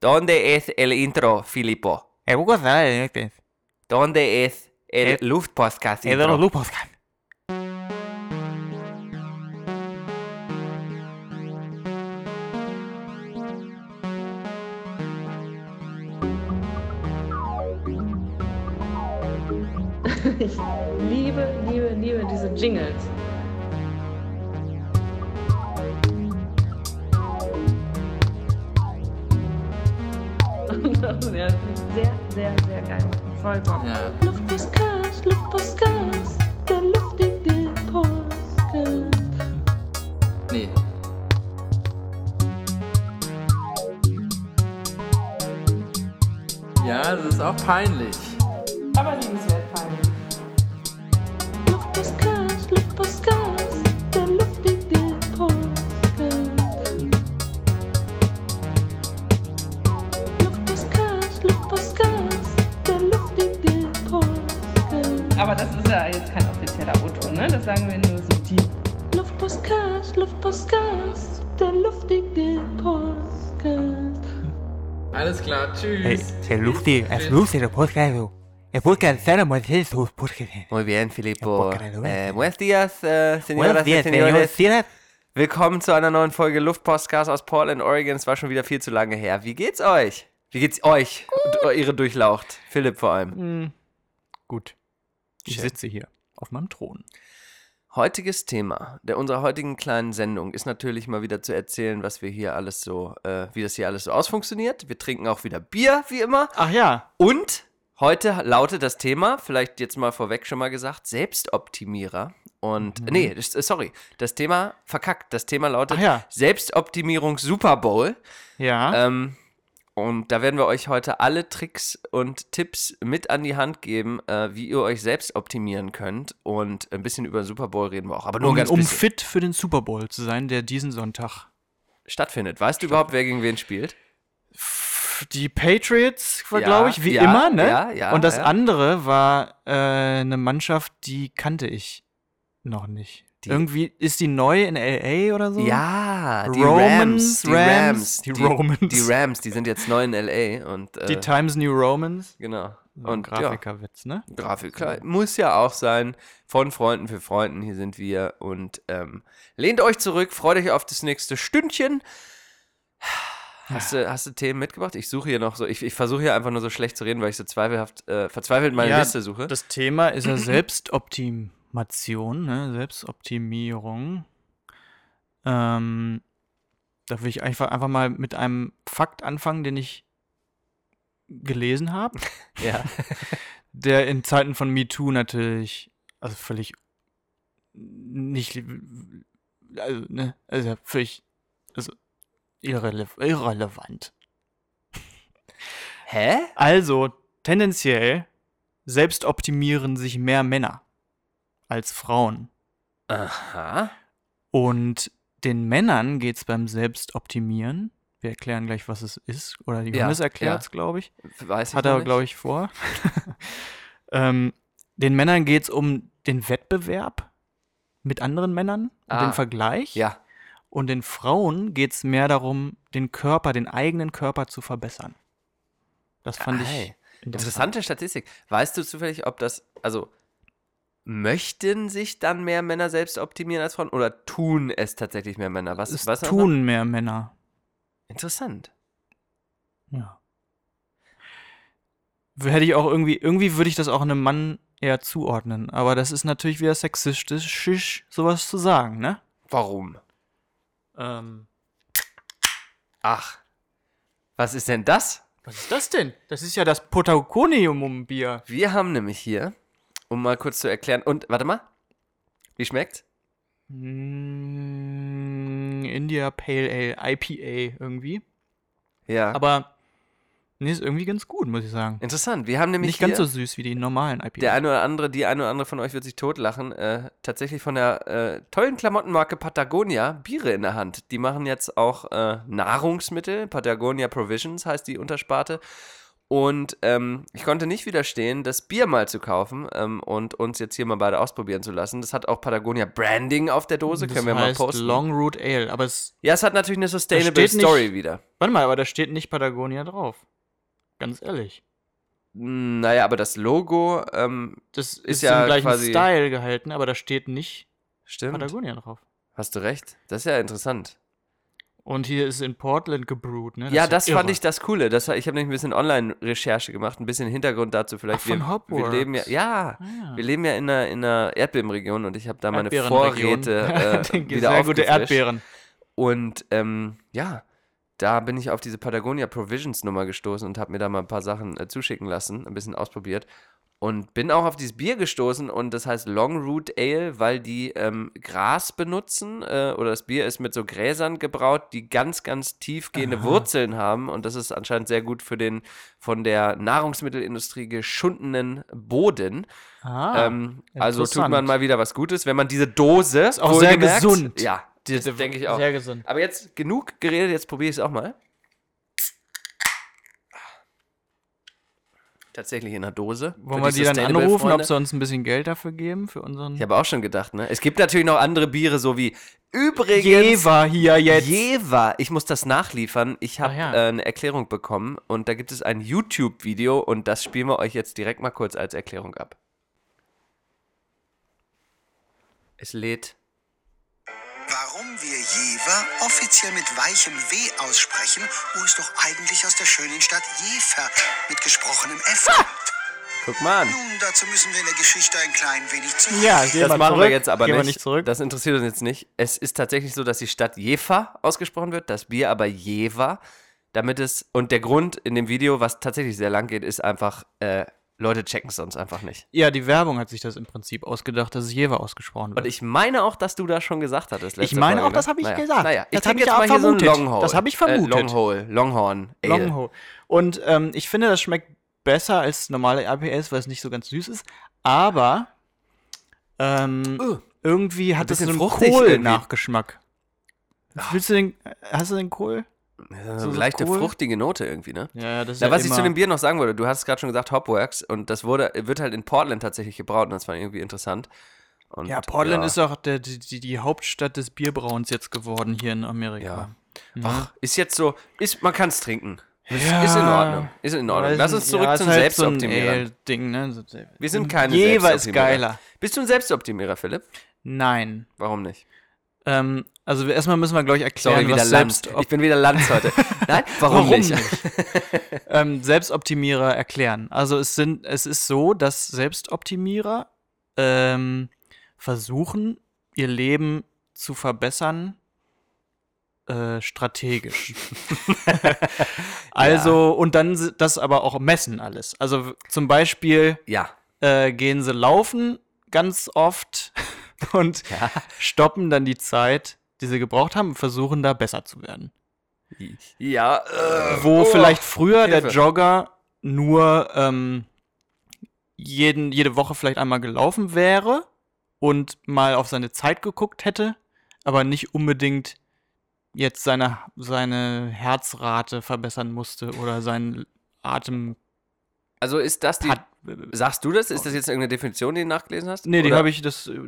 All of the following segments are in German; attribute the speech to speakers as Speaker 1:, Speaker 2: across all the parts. Speaker 1: ¿Dónde es el intro, Filippo?
Speaker 2: Εγώ καθαρά είναι έκτες.
Speaker 1: ¿Dónde es el
Speaker 2: Ε,
Speaker 1: Luftpostcast
Speaker 2: Εδώ είναι ο
Speaker 1: intro?
Speaker 2: Λούπος κάνει.
Speaker 3: Ich liebe, liebe, liebe diese Jingles. Und das wäre sehr, sehr, sehr geil. Voll Bock.
Speaker 2: Ja.
Speaker 3: Luftpostcast, Luftpostcast, der luftige Postcast.
Speaker 2: Ναι.
Speaker 4: Ja, das ist auch peinlich.
Speaker 3: Luftpostcast, Luftpostcast, der luftige Postcast. Luftpostcast, Luftpostcast, der luftige Postcast.
Speaker 5: Aber das ist ja jetzt kein offizieller O-Ton, ne? Das sagen wir nur so die.
Speaker 3: Luftpostcast, Luftpostcast, der luftige Postcast.
Speaker 4: Alles klar,
Speaker 2: Ε,
Speaker 4: tschüss.
Speaker 2: Σε λούφτη, ας λούφτη το podcast του. Εγώ καθαρά μου αρέσει το podcast.
Speaker 1: Muy bien, Filippo.
Speaker 2: Apocalipsis.
Speaker 1: Eh, buenos días, eh, señoras
Speaker 2: Buenos
Speaker 1: y
Speaker 2: días,
Speaker 1: señores.
Speaker 2: señores.
Speaker 1: Willkommen zu einer neuen Folge Luftpostcast aus Portland, Oregon. Es war schon wieder viel zu lange her. Wie geht's euch? Wie geht's euch? Und ihre Durchlaucht. Philipp vor allem.
Speaker 6: Gut. Ich
Speaker 1: Schön.
Speaker 6: sitze hier auf meinem Thron.
Speaker 1: Heutiges Thema der unserer heutigen kleinen Sendung ist natürlich mal wieder zu erzählen, was wir hier alles so, äh, wie das hier alles so ausfunktioniert. Wir trinken auch wieder Bier, wie immer.
Speaker 6: Ach ja.
Speaker 1: Und heute lautet das Thema, vielleicht jetzt mal vorweg schon mal gesagt, Selbstoptimierer. Und nee, das- äh, sorry, das Thema verkackt. Das Thema lautet
Speaker 6: Mhm. Ach ja.
Speaker 1: Selbstoptimierung Super Bowl.
Speaker 6: Ja.
Speaker 1: Ähm, und da werden wir euch heute alle Tricks und Tipps mit an die Hand geben, äh, wie ihr euch selbst optimieren könnt. Und ein bisschen über den Super Bowl reden wir auch, aber nur
Speaker 6: um
Speaker 1: ganz
Speaker 6: um
Speaker 1: bisschen
Speaker 6: fit für den Super Bowl zu sein, der diesen Sonntag.
Speaker 1: stattfindet. Weißt du überhaupt, wer gegen wen spielt?
Speaker 6: Pff, Die Patriots war,
Speaker 1: Ja,
Speaker 6: glaube ich, wie
Speaker 1: ja,
Speaker 6: immer, ne?
Speaker 1: ja, ja,
Speaker 6: Und das
Speaker 1: ja.
Speaker 6: andere war äh, eine Mannschaft, die kannte ich noch nicht.
Speaker 1: Die-
Speaker 6: Irgendwie ist die neu in LA oder so?
Speaker 1: Ja, die Rams,
Speaker 6: Mhm. Romans,
Speaker 1: die
Speaker 6: Rams,
Speaker 1: Rams,
Speaker 6: die
Speaker 1: die
Speaker 6: Romans.
Speaker 1: die Rams, die sind jetzt neu in LA und äh,
Speaker 6: Die Times New Romans.
Speaker 1: Genau.
Speaker 6: Ein
Speaker 1: Und ja,
Speaker 6: Grafikerwitz, ne?
Speaker 1: Grafik klar, muss ja auch sein. Von Freunden für Freunden, hier sind wir. Und ähm, lehnt euch zurück, freut euch auf das nächste Stündchen. Hast du, hast du Themen mitgebracht? Ich suche hier noch so, ich, ich versuche hier einfach nur so schlecht zu reden, weil ich so zweifelhaft, äh, verzweifelt meine
Speaker 6: Ja,
Speaker 1: Liste suche.
Speaker 6: Das Thema ist ja Selbstoptimation, ne? Selbstoptimierung. Ähm, da will ich einfach, einfach mal mit einem Fakt anfangen, den ich gelesen habe,
Speaker 1: Ja.
Speaker 6: der in Zeiten von MeToo natürlich, also völlig nicht, also, ne, also völlig, also irrele irrelevant.
Speaker 1: Hä?
Speaker 6: Also, tendenziell selbst optimieren sich mehr Männer als Frauen.
Speaker 1: Aha.
Speaker 6: Und den Männern geht es beim Selbstoptimieren. Wir erklären gleich, was es ist. Oder die
Speaker 1: Ja,
Speaker 6: Johannes erklärt es,
Speaker 1: ja.
Speaker 6: glaube ich.
Speaker 1: Weiß ich
Speaker 6: Hat
Speaker 1: noch
Speaker 6: er,
Speaker 1: nicht.
Speaker 6: glaube ich, vor. ähm, den Männern geht es um den Wettbewerb mit anderen Männern und
Speaker 1: Ah,
Speaker 6: den Vergleich.
Speaker 1: Ja.
Speaker 6: Und den Frauen geht es mehr darum, den Körper, den eigenen Körper zu verbessern. Das fand
Speaker 1: Ei.
Speaker 6: ich interessant.
Speaker 1: Interessante Statistik. Weißt du zufällig, ob das, also möchten sich dann mehr Männer selbst optimieren als Frauen oder tun es tatsächlich mehr Männer? Was,
Speaker 6: Es
Speaker 1: was
Speaker 6: tun mehr Männer.
Speaker 1: Interessant.
Speaker 6: Ja. W- Hätte ich auch irgendwie, irgendwie würde ich das auch einem Mann eher zuordnen. Aber das ist natürlich wieder sexistisch, sowas zu sagen, ne?
Speaker 1: Warum?
Speaker 6: Ähm,
Speaker 1: Ach. Was ist denn das?
Speaker 6: was ist das denn? Das ist ja das Protagonium-Bier.
Speaker 1: Wir haben nämlich hier, um mal kurz zu erklären, und warte mal. Wie schmeckt's?
Speaker 6: Mm, India Pale Ale, IPA irgendwie.
Speaker 1: Ja.
Speaker 6: Aber nee, ist irgendwie ganz gut, muss ich sagen.
Speaker 1: Interessant. Wir haben nämlich
Speaker 6: Nicht
Speaker 1: hier,
Speaker 6: ganz so süß wie die normalen IPA.
Speaker 1: der eine oder andere, die eine oder andere von euch wird sich totlachen, äh, tatsächlich von der äh, tollen Klamottenmarke Patagonia Biere in der Hand. Die machen jetzt auch äh, Nahrungsmittel, Patagonia Provisions heißt die Untersparte. Und ähm, ich konnte nicht widerstehen, das Bier mal zu kaufen ähm, und uns jetzt hier mal beide ausprobieren zu lassen. Das hat auch Patagonia Branding auf der Dose,
Speaker 6: Das
Speaker 1: können wir
Speaker 6: heißt
Speaker 1: mal posten.
Speaker 6: Long Root Ale, aber es.
Speaker 1: ja, es hat natürlich eine
Speaker 6: Da
Speaker 1: Sustainable
Speaker 6: steht nicht-
Speaker 1: Story wieder.
Speaker 6: Warte mal, aber da steht nicht Patagonia drauf. Ganz ehrlich.
Speaker 1: Hm, Naja, aber das Logo, ähm,
Speaker 6: Das ist,
Speaker 1: ja
Speaker 6: im gleichen
Speaker 1: quasi-
Speaker 6: Style gehalten, aber da steht nicht
Speaker 1: stimmt.
Speaker 6: Patagonia drauf.
Speaker 1: Hast du recht. Das ist ja interessant.
Speaker 6: Und hier ist in Portland gebrüht, ne?
Speaker 1: ja,
Speaker 6: ist
Speaker 1: das fand
Speaker 6: irre.
Speaker 1: ich das Coole. Das, ich habe nämlich ein bisschen Online-Recherche gemacht, ein bisschen Hintergrund dazu vielleicht.
Speaker 6: Ach, von
Speaker 1: wir, wir
Speaker 6: Hopworks.
Speaker 1: leben ja, ja,
Speaker 6: Ah.
Speaker 1: wir leben ja in einer, in einer Erdbebenregion und ich habe da meine
Speaker 6: Erdbeerenregion.
Speaker 1: Vorräte äh,
Speaker 6: Denke,
Speaker 1: wieder
Speaker 6: Sehr gute
Speaker 1: aufgefrischt.
Speaker 6: Erdbeeren.
Speaker 1: Und ähm, ja, da bin ich auf diese Patagonia Provisions Nummer gestoßen und habe mir da mal ein paar Sachen äh, zuschicken lassen, ein bisschen ausprobiert. Und bin auch auf dieses Bier gestoßen und das heißt Long Root Ale, weil die ähm, Gras benutzen äh, oder das Bier ist mit so Gräsern gebraut, die ganz, ganz tiefgehende Wurzeln haben. Und das ist anscheinend sehr gut für den von der Nahrungsmittelindustrie geschundenen Boden.
Speaker 6: Ah,
Speaker 1: ähm, also tut man
Speaker 6: interessant.
Speaker 1: mal wieder was Gutes, wenn man diese Dose. Ist
Speaker 6: auch sehr gesund. Also
Speaker 1: Ja, das denke ich auch.
Speaker 6: Sehr gesund.
Speaker 1: Aber jetzt genug geredet, jetzt probiere ich es auch mal. Tatsächlich in einer Dose.
Speaker 6: Wollen
Speaker 1: Für
Speaker 6: wir die dann
Speaker 1: Sustainable,
Speaker 6: anrufen, ob
Speaker 1: Freunde.
Speaker 6: sie uns ein bisschen Geld dafür geben für unseren
Speaker 1: Ich habe auch schon gedacht, ne? Es gibt natürlich noch andere Biere, so wie übrigens.
Speaker 6: Jever hier jetzt?
Speaker 1: Jever. Ich muss das nachliefern. Ich habe
Speaker 6: Ach ja.
Speaker 1: äh, eine Erklärung bekommen und da gibt es ein YouTube-Video und das spielen wir euch jetzt direkt mal kurz als Erklärung ab. Es lädt.
Speaker 7: Warum wir Jever offiziell mit weichem W aussprechen, wo es doch eigentlich aus der schönen Stadt Jever mit gesprochenem F kommt.
Speaker 1: Guck mal an.
Speaker 7: Nun, dazu müssen wir in der Geschichte ein klein wenig zurück.
Speaker 6: Ja, gehen
Speaker 1: Das
Speaker 6: wir
Speaker 1: machen
Speaker 6: zurück.
Speaker 1: wir jetzt aber
Speaker 6: gehen
Speaker 1: nicht.
Speaker 6: Wir nicht zurück.
Speaker 1: Das interessiert uns jetzt nicht. Es ist tatsächlich so, dass die Stadt Jefa ausgesprochen wird, das Bier aber Jever, damit es und der Grund in dem Video, was tatsächlich sehr lang geht, ist einfach äh, Leute checken es sonst einfach nicht.
Speaker 6: ja, die Werbung hat sich das im Prinzip ausgedacht, dass es Jever ausgesprochen wird.
Speaker 1: Und ich meine auch, dass du das schon gesagt hattest.
Speaker 6: Ich
Speaker 1: letzte
Speaker 6: meine
Speaker 1: Folge,
Speaker 6: auch,
Speaker 1: ne?
Speaker 6: das habe ich
Speaker 1: naja.
Speaker 6: gesagt.
Speaker 1: Naja, ich
Speaker 6: Das habe
Speaker 1: trinke
Speaker 6: ich
Speaker 1: jetzt
Speaker 6: auch
Speaker 1: mal hier so einen
Speaker 6: vermutet.
Speaker 1: Longhole.
Speaker 6: Das habe ich vermutet.
Speaker 1: Äh, Longhole, Longhorn. Ale.
Speaker 6: Longhole. Und ähm, ich finde, das schmeckt besser als normale RPS, weil es nicht so ganz süß ist. Aber ähm,
Speaker 1: Uh,
Speaker 6: irgendwie Ah.
Speaker 1: ein
Speaker 6: hat es so
Speaker 1: bisschen
Speaker 6: einen
Speaker 1: fruchtig
Speaker 6: Kohl-Nachgeschmack. Willst du den, hast du den Kohl?
Speaker 1: Ja, so
Speaker 6: So-
Speaker 1: eine
Speaker 6: so
Speaker 1: leichte,
Speaker 6: Kohl.
Speaker 1: fruchtige Note irgendwie, ne?
Speaker 6: Ja, ja, das ist
Speaker 1: Na,
Speaker 6: ja
Speaker 1: was
Speaker 6: immer,
Speaker 1: ich zu dem Bier noch sagen wollte, du hast es gerade schon gesagt, Hopworks, und das wurde, wird halt in Portland tatsächlich gebraut, und das war irgendwie interessant. Und,
Speaker 6: Ja, Portland
Speaker 1: ja.
Speaker 6: ist auch der, die, die, die Hauptstadt des Bierbrauens jetzt geworden hier in Amerika. Ja.
Speaker 1: Ach, ist jetzt so, ist, man kann es trinken. Ist,
Speaker 6: Mhm. Ja.
Speaker 1: ist in Ordnung. Ist in Ordnung.
Speaker 6: Weiß
Speaker 1: Lass
Speaker 6: nicht.
Speaker 1: uns zurück
Speaker 6: Ja,
Speaker 1: zum
Speaker 6: ist halt so ein
Speaker 1: Selbstoptimierer.
Speaker 6: Ale-Ding, ne? So-
Speaker 1: Wir sind keine
Speaker 6: Jever ist
Speaker 1: Selbstoptimierer.
Speaker 6: geiler.
Speaker 1: Bist du ein Selbstoptimierer, Philipp?
Speaker 6: Nein.
Speaker 1: Warum nicht?
Speaker 6: Ähm, also wir- erstmal müssen wir, glaube ich, erklären,
Speaker 1: Sorry, wieder
Speaker 6: was
Speaker 1: Lanz.
Speaker 6: Selbstop
Speaker 1: Ich bin wieder Lanz heute. Nein, warum, nicht?
Speaker 6: ähm, Selbstoptimierer erklären. Also es sind, es ist so, dass Selbstoptimierer ähm, versuchen, ihr Leben zu verbessern äh, strategisch. also, und dann s- das aber auch messen alles. Also w- zum Beispiel
Speaker 1: Ja.
Speaker 6: äh, gehen sie laufen ganz oft und stoppen dann die Zeit, die sie gebraucht haben, und versuchen da besser zu werden.
Speaker 1: Ja. Äh,
Speaker 6: Wo
Speaker 1: oh.
Speaker 6: vielleicht früher der
Speaker 1: Hilfe.
Speaker 6: Jogger nur ähm, jeden, jede Woche vielleicht einmal gelaufen wäre und mal auf seine Zeit geguckt hätte, aber nicht unbedingt jetzt seine, seine Herzrate verbessern musste oder seinen Atem.
Speaker 1: Also ist das die.
Speaker 6: Pat-
Speaker 1: Sagst du das? Ist das jetzt irgendeine Definition, die du nachgelesen hast?
Speaker 6: Nee, die
Speaker 1: Oder-
Speaker 6: habe ich, das äh,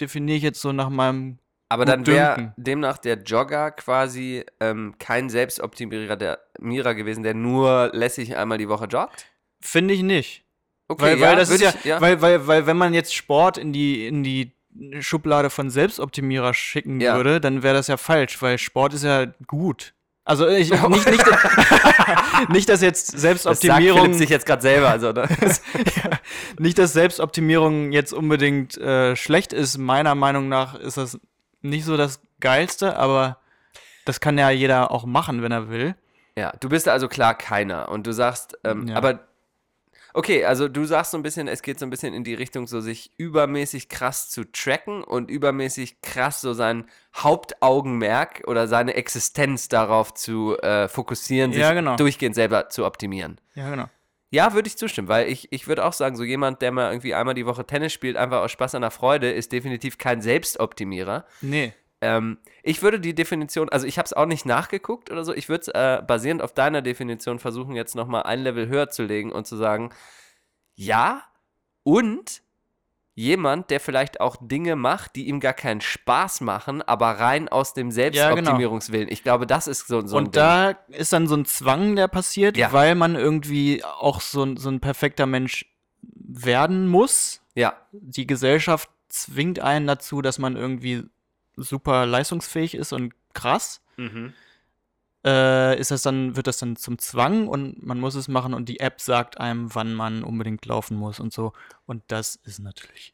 Speaker 6: definiere ich jetzt so nach meinem
Speaker 1: Aber
Speaker 6: Gut
Speaker 1: dann wäre
Speaker 6: dünken.
Speaker 1: demnach der Jogger quasi ähm, kein Selbstoptimierer der Mierer gewesen, der nur lässig einmal die Woche joggt.
Speaker 6: Finde ich nicht.
Speaker 1: Okay,
Speaker 6: Weil, weil das ist
Speaker 1: würd
Speaker 6: ja,
Speaker 1: ich-
Speaker 6: Weil, weil, weil wenn man jetzt Sport in die, in die Schublade von Selbstoptimierer schicken
Speaker 1: Ja.
Speaker 6: würde, dann wäre das ja falsch, weil Sport ist ja gut. Also ich, nicht, nicht, nicht, dass jetzt
Speaker 1: das sagt Philipp
Speaker 6: Selbstoptimierung,
Speaker 1: sich jetzt gerade selber. Also, ne?
Speaker 6: nicht, dass Selbstoptimierung jetzt unbedingt äh, schlecht ist. Meiner Meinung nach ist das nicht so das Geilste, aber das kann ja jeder auch machen, wenn er will.
Speaker 1: ja, du bist also klar keiner und du sagst, ähm,
Speaker 6: Ja.
Speaker 1: aber okay, also du sagst so ein bisschen, es geht so ein bisschen in die Richtung, so sich übermäßig krass zu tracken und übermäßig krass so sein Hauptaugenmerk oder seine Existenz darauf zu äh, fokussieren, sich
Speaker 6: Ja, genau.
Speaker 1: durchgehend selber zu optimieren.
Speaker 6: Ja, genau.
Speaker 1: Ja, würde ich zustimmen, weil ich, ich würde auch sagen, so jemand, der mal irgendwie einmal die Woche Tennis spielt, einfach aus Spaß an der Freude, ist definitiv kein Selbstoptimierer.
Speaker 6: Nee.
Speaker 1: Ähm, ich würde die Definition, also ich habe es auch nicht nachgeguckt oder so, ich würde es äh, basierend auf deiner Definition versuchen, jetzt nochmal ein Level höher zu legen und zu sagen, ja, und jemand, der vielleicht auch Dinge macht, die ihm gar keinen Spaß machen, aber rein aus dem Selbstoptimierungswillen. Ich glaube, das ist so, so ein
Speaker 6: genau. Und da ist dann so ein Zwang, der passiert,
Speaker 1: Ja.
Speaker 6: weil man irgendwie auch so, ein- so ein perfekter Mensch werden muss.
Speaker 1: Ding. Ja,
Speaker 6: Die Gesellschaft zwingt einen dazu, dass man irgendwie super leistungsfähig ist und krass. Äh, ist das dann, wird das dann zum Zwang und man muss es machen und die App sagt einem, wann man unbedingt laufen muss und so. Und das ist natürlich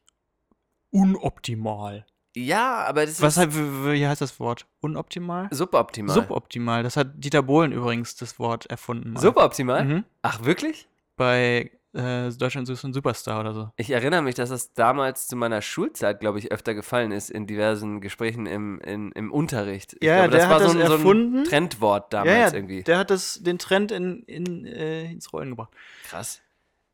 Speaker 6: unoptimal.
Speaker 1: ja, aber das
Speaker 6: Was
Speaker 1: ist
Speaker 6: halt, wie wie heißt das Wort? Unoptimal?
Speaker 1: suboptimal.
Speaker 6: Suboptimal. Das hat Dieter Bohlen übrigens das Wort erfunden. mal.
Speaker 1: suboptimal?
Speaker 6: Mhm.
Speaker 1: Ach, wirklich?
Speaker 6: Bei äh, Deutschland sucht einen Superstar oder so.
Speaker 1: Ich erinnere mich, dass das damals zu meiner Schulzeit, glaube ich, öfter gefallen ist in diversen Gesprächen im, in, im Unterricht. Ich
Speaker 6: Ja,
Speaker 1: glaube,
Speaker 6: der hat das
Speaker 1: ein, so
Speaker 6: erfunden.
Speaker 1: ein Trendwort damals irgendwie.
Speaker 6: der hat das, den Trend in, in, äh, ins Rollen gebracht.
Speaker 1: Krass.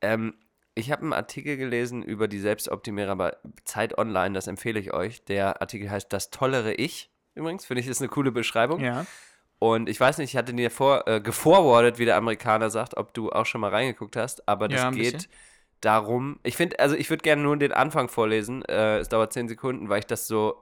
Speaker 1: Ähm, ich habe einen Artikel gelesen über die Selbstoptimierer bei Zeit Online, das empfehle ich euch. Der Artikel heißt Das tollere Ich. Übrigens, finde ich, ist eine coole Beschreibung.
Speaker 6: Ja.
Speaker 1: Und ich weiß nicht, ich hatte dir vor, äh, geforwardet, wie der Amerikaner sagt, ob du auch schon mal reingeguckt hast, aber das
Speaker 6: Ja, ein
Speaker 1: geht
Speaker 6: bisschen.
Speaker 1: darum. Ich finde, also ich würde gerne nur den Anfang vorlesen. Äh, es dauert zehn Sekunden, weil ich das so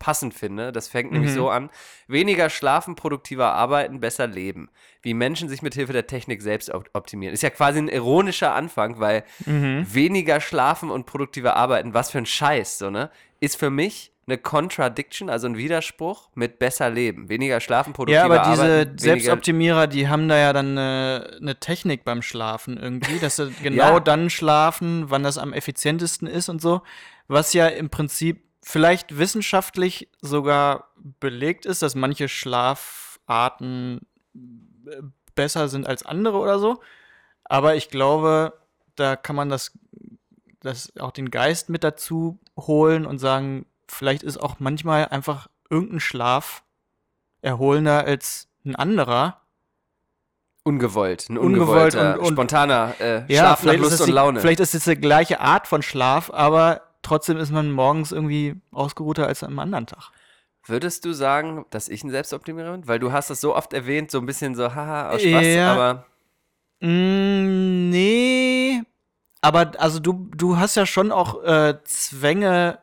Speaker 1: passend finde. Das fängt nämlich
Speaker 6: Mhm.
Speaker 1: so an. Weniger schlafen, produktiver arbeiten, besser leben. Wie Menschen sich mit Hilfe der Technik selbst op- optimieren. Ist ja quasi ein ironischer Anfang, weil
Speaker 6: Mhm. Hm?
Speaker 1: weniger schlafen und produktiver arbeiten, was für ein Scheiß, so, ne? Ist für mich eine Contradiction, also ein Widerspruch mit besser leben. Weniger schlafen,
Speaker 6: Ja,
Speaker 1: produktiver
Speaker 6: aber diese
Speaker 1: arbeiten. weniger-
Speaker 6: Selbstoptimierer, die haben da ja dann eine, eine Technik beim Schlafen irgendwie, dass sie genau
Speaker 1: Ja.
Speaker 6: dann schlafen, wann das am effizientesten ist und so. Was ja im Prinzip vielleicht wissenschaftlich sogar belegt ist, dass manche Schlafarten äh, besser sind als andere oder so. Aber ich glaube, da kann man das, das auch den Geist mit dazu holen und sagen, vielleicht ist auch manchmal einfach irgendein Schlaf erholender als ein anderer.
Speaker 1: Ungewollt, ein
Speaker 6: Ungewollt
Speaker 1: ungewollter,
Speaker 6: und- und-
Speaker 1: spontaner äh, Schlaf nach
Speaker 6: vielleicht ist
Speaker 1: Lust
Speaker 6: das
Speaker 1: und
Speaker 6: die,
Speaker 1: Laune.
Speaker 6: Vielleicht ist es die gleiche Art von Schlaf, aber trotzdem ist man morgens irgendwie ausgeruhter als am anderen Tag.
Speaker 1: Würdest du sagen, dass ich ein Selbstoptimierer bin? Weil du hast das so oft erwähnt, so ein bisschen so, haha, aus Spaß,
Speaker 6: Ja.
Speaker 1: aber
Speaker 6: Mm, nee. Aber also du, du hast ja schon auch äh, Zwänge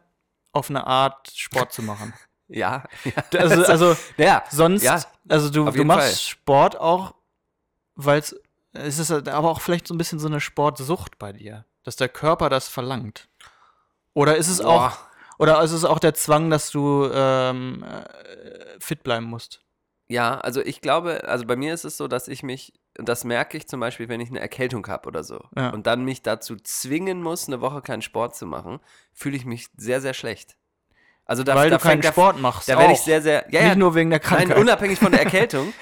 Speaker 6: auf eine Art Sport zu machen.
Speaker 1: ja. ja.
Speaker 6: Also, also
Speaker 1: ja,
Speaker 6: sonst,
Speaker 1: ja,
Speaker 6: also du,
Speaker 1: auf
Speaker 6: du
Speaker 1: jeden
Speaker 6: machst
Speaker 1: Fall.
Speaker 6: Sport auch, weil es es ist halt aber auch vielleicht so ein bisschen so eine Sportsucht bei dir, dass der Körper das verlangt. Oder ist es auch,
Speaker 1: Boah.
Speaker 6: oder ist es auch der Zwang, dass du ähm, äh, fit bleiben musst?
Speaker 1: ja, also ich glaube, also bei mir ist es so, dass ich mich, und das merke ich zum Beispiel, wenn ich eine Erkältung habe oder so,
Speaker 6: Ja.
Speaker 1: und dann mich dazu zwingen muss, eine Woche keinen Sport zu machen, fühle ich mich sehr, sehr schlecht. Also da,
Speaker 6: weil
Speaker 1: da
Speaker 6: du keinen
Speaker 1: fängt- da-
Speaker 6: Sport machst.
Speaker 1: Da werde ich
Speaker 6: auch.
Speaker 1: sehr, sehr, ja, ja,
Speaker 6: Nicht nur wegen der
Speaker 1: Nein,
Speaker 6: Krankheit.
Speaker 1: unabhängig von der Erkältung.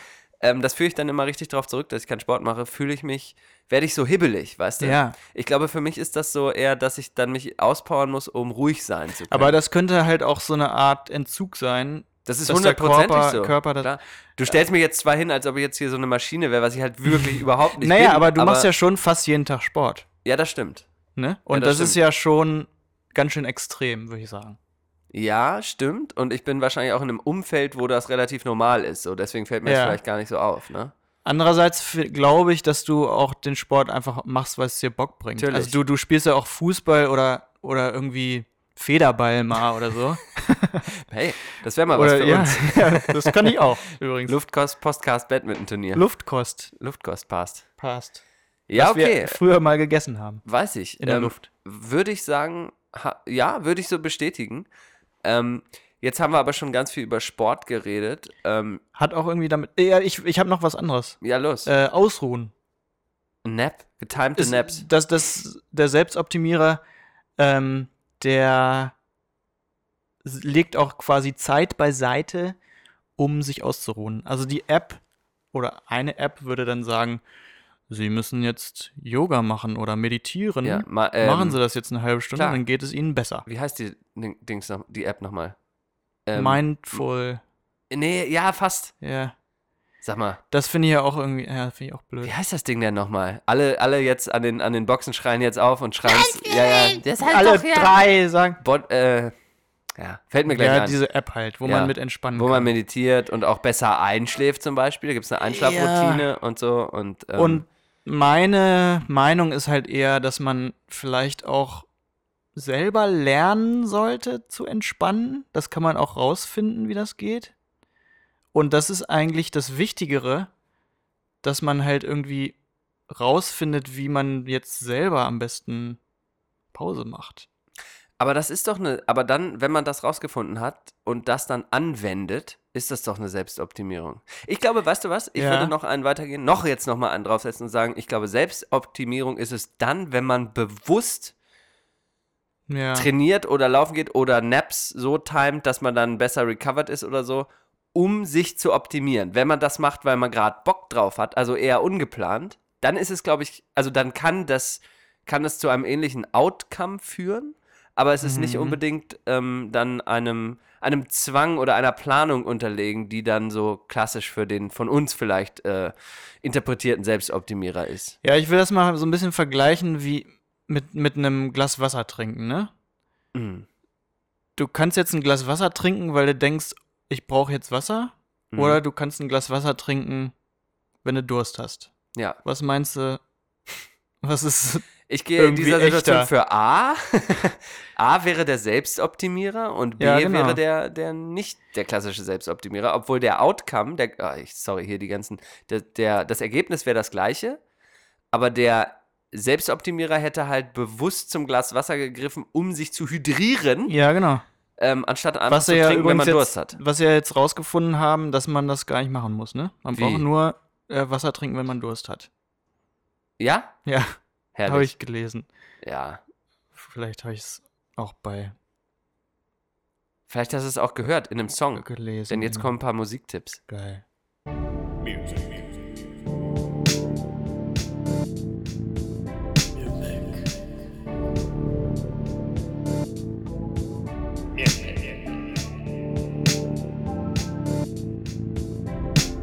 Speaker 1: ähm, das führe ich dann immer richtig drauf zurück, dass ich keinen Sport mache, fühle ich mich, werde ich so hibbelig, weißt du?
Speaker 6: Ja.
Speaker 1: Ich glaube, für mich ist das so eher, dass ich dann mich auspowern muss, um ruhig sein zu können.
Speaker 6: Aber das könnte halt auch so eine Art Entzug sein.
Speaker 1: das ist
Speaker 6: dass der
Speaker 1: hundertprozentig
Speaker 6: Körper-
Speaker 1: so.
Speaker 6: Körper das-
Speaker 1: Klar. du stellst mir jetzt zwar hin, als ob ich jetzt hier so eine Maschine wäre, was ich halt wirklich überhaupt nicht
Speaker 6: naja,
Speaker 1: bin.
Speaker 6: aber du machst ja schon fast jeden Tag Sport.
Speaker 1: Ja, das stimmt.
Speaker 6: Ne? Und
Speaker 1: das
Speaker 6: das, ist
Speaker 1: stimmt.
Speaker 6: ja schon ganz schön extrem, würde ich sagen.
Speaker 1: Ja, stimmt. Und ich bin wahrscheinlich auch in einem Umfeld, wo das relativ normal ist. So, deswegen fällt mir das
Speaker 6: Ja.
Speaker 1: vielleicht gar nicht so auf. Ne?
Speaker 6: Andererseits f- glaube ich, dass du auch den Sport einfach machst, weil es dir Bock bringt.
Speaker 1: Natürlich.
Speaker 6: Also du, du spielst ja auch Fußball oder, oder irgendwie Federball mal oder so.
Speaker 1: Hey, das wäre mal was
Speaker 6: oder,
Speaker 1: für
Speaker 6: ja,
Speaker 1: uns.
Speaker 6: ja, das kann ich auch übrigens.
Speaker 1: Luftkost, Postcast, Badminton-Turnier.
Speaker 6: Luftkost
Speaker 1: Luftkost passt.
Speaker 6: passt.
Speaker 1: Ja,
Speaker 6: was
Speaker 1: okay.
Speaker 6: wir früher mal gegessen haben.
Speaker 1: Weiß ich. Ähm,
Speaker 6: In der Luft.
Speaker 1: Würde ich sagen, ha, ja, würde ich so bestätigen. Ähm, jetzt haben wir aber schon ganz viel über Sport geredet. Ähm,
Speaker 6: Hat auch irgendwie damit. äh, Ja, ich, ich habe noch was anderes.
Speaker 1: ja, los.
Speaker 6: Äh, ausruhen.
Speaker 1: Nap. Getimte
Speaker 6: ist,
Speaker 1: Naps.
Speaker 6: Dass, dass der Selbstoptimierer, ähm, der s- legt auch quasi Zeit beiseite, um sich auszuruhen. Also die App oder eine App würde dann sagen, Sie müssen jetzt Yoga machen oder meditieren.
Speaker 1: Ja, ma- ähm,
Speaker 6: machen Sie das jetzt eine halbe Stunde,
Speaker 1: klar.
Speaker 6: dann geht es Ihnen besser.
Speaker 1: Wie heißt die Ding- Dings noch, die App nochmal? Ähm,
Speaker 6: Mindful.
Speaker 1: Nee, ja, fast.
Speaker 6: Ja.
Speaker 1: Sag mal,
Speaker 6: Das finde ich ja auch irgendwie, ja, finde ich auch blöd.
Speaker 1: wie heißt das Ding denn nochmal? Alle, alle jetzt an den, an den Boxen schreien jetzt auf und schreien. Ja, ja. Das heißt
Speaker 6: Alle
Speaker 1: doch, ja.
Speaker 6: drei sagen,
Speaker 1: Bod, äh, Ja, fällt mir gleich
Speaker 6: Ja,
Speaker 1: ein.
Speaker 6: diese App halt, wo
Speaker 1: Ja.
Speaker 6: man mit entspannen
Speaker 1: wo man
Speaker 6: kann.
Speaker 1: meditiert und auch besser einschläft zum Beispiel. Da gibt es eine Einschlafroutine und so. Und, ähm,
Speaker 6: Und meine Meinung ist halt eher, dass man vielleicht auch selber lernen sollte zu entspannen. Das kann man auch rausfinden, wie das geht. Und das ist eigentlich das Wichtigere, dass man halt irgendwie rausfindet, wie man jetzt selber am besten Pause macht.
Speaker 1: aber das ist doch eine, aber dann, wenn man das rausgefunden hat und das dann anwendet, ist das doch eine Selbstoptimierung. Ich glaube, weißt du was? Ich
Speaker 6: Ja.
Speaker 1: würde noch einen weitergehen, noch jetzt nochmal einen draufsetzen und sagen, ich glaube, Selbstoptimierung ist es dann, wenn man bewusst
Speaker 6: Ja.
Speaker 1: trainiert oder laufen geht oder Naps so timet, dass man dann besser recovered ist oder so, um sich zu optimieren. Wenn man das macht, weil man gerade Bock drauf hat, also eher ungeplant, dann ist es, glaube ich, also dann kann das, kann das zu einem ähnlichen Outcome führen, aber es ist nicht
Speaker 6: Mhm.
Speaker 1: unbedingt ähm, dann einem, einem Zwang oder einer Planung unterlegen, die dann so klassisch für den von uns vielleicht äh, interpretierten Selbstoptimierer ist.
Speaker 6: ja, ich will das mal so ein bisschen vergleichen wie mit, mit einem Glas Wasser trinken, ne?
Speaker 1: Mhm.
Speaker 6: du kannst jetzt ein Glas Wasser trinken, weil du denkst, ich brauche jetzt Wasser.
Speaker 1: Mhm.
Speaker 6: Oder du kannst ein Glas Wasser trinken, wenn du Durst hast.
Speaker 1: Ja.
Speaker 6: Was meinst du? Was ist.
Speaker 1: Ich gehe in
Speaker 6: irgendwie
Speaker 1: dieser Situation
Speaker 6: echter.
Speaker 1: für A. A wäre der Selbstoptimierer und B
Speaker 6: Ja, genau.
Speaker 1: wäre der, der nicht der klassische Selbstoptimierer, obwohl der Outcome, der, ah, ich, sorry, hier die ganzen, der, der, das Ergebnis wäre das gleiche, aber der Selbstoptimierer hätte halt bewusst zum Glas Wasser gegriffen, um sich zu hydrieren,
Speaker 6: Ja, genau.
Speaker 1: ähm, anstatt einfach
Speaker 6: Was
Speaker 1: zu
Speaker 6: sie ja
Speaker 1: trinken, wenn
Speaker 6: übrigens
Speaker 1: man Durst
Speaker 6: jetzt,
Speaker 1: hat.
Speaker 6: was sie ja jetzt rausgefunden haben, dass man das gar nicht machen muss, ne? Man
Speaker 1: Wie?
Speaker 6: braucht nur äh, Wasser trinken, wenn man Durst hat.
Speaker 1: Ja?
Speaker 6: Ja, habe
Speaker 1: Herrlich.
Speaker 6: ich gelesen.
Speaker 1: Ja.
Speaker 6: Vielleicht habe ich es auch bei
Speaker 1: Vielleicht hast du es auch gehört in einem Song,
Speaker 6: gelesen.
Speaker 1: Hm. denn jetzt kommen ein paar Musiktipps.
Speaker 6: Geil.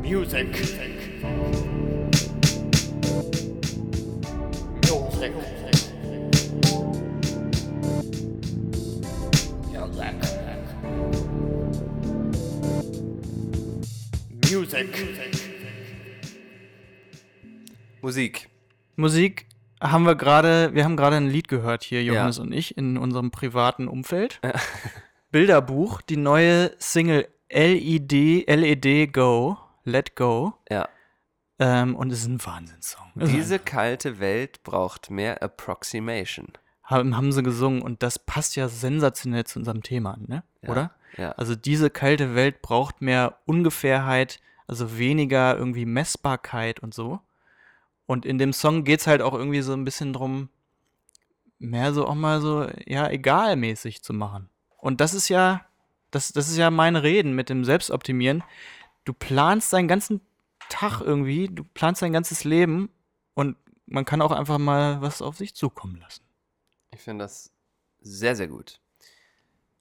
Speaker 8: Music. Music. Music.
Speaker 1: Musik.
Speaker 6: Musik haben wir gerade, wir haben gerade ein Lied gehört hier,
Speaker 1: Ja.
Speaker 6: Johannes und ich, in unserem privaten Umfeld. Bilderbuch, die neue Single LED, LED E Go, Let Go.
Speaker 1: Ja.
Speaker 6: Ähm, und es ist ein Wahnsinnssong. Es ist
Speaker 1: Diese kalte Welt braucht mehr Approximation.
Speaker 6: haben, haben sie gesungen und das passt ja sensationell zu unserem Thema, ne?
Speaker 1: Ja,
Speaker 6: Oder?
Speaker 1: ja.
Speaker 6: Also diese kalte Welt braucht mehr Ungefährheit, also weniger irgendwie Messbarkeit und so. Und in dem Song geht's halt auch irgendwie so ein bisschen drum, mehr so auch mal so, ja, egalmäßig zu machen. Und das ist ja, das, das ist ja mein Reden mit dem Selbstoptimieren. Du planst deinen ganzen Tag irgendwie, du planst dein ganzes Leben und man kann auch einfach mal was auf sich zukommen lassen.
Speaker 1: Ich finde das sehr, sehr gut.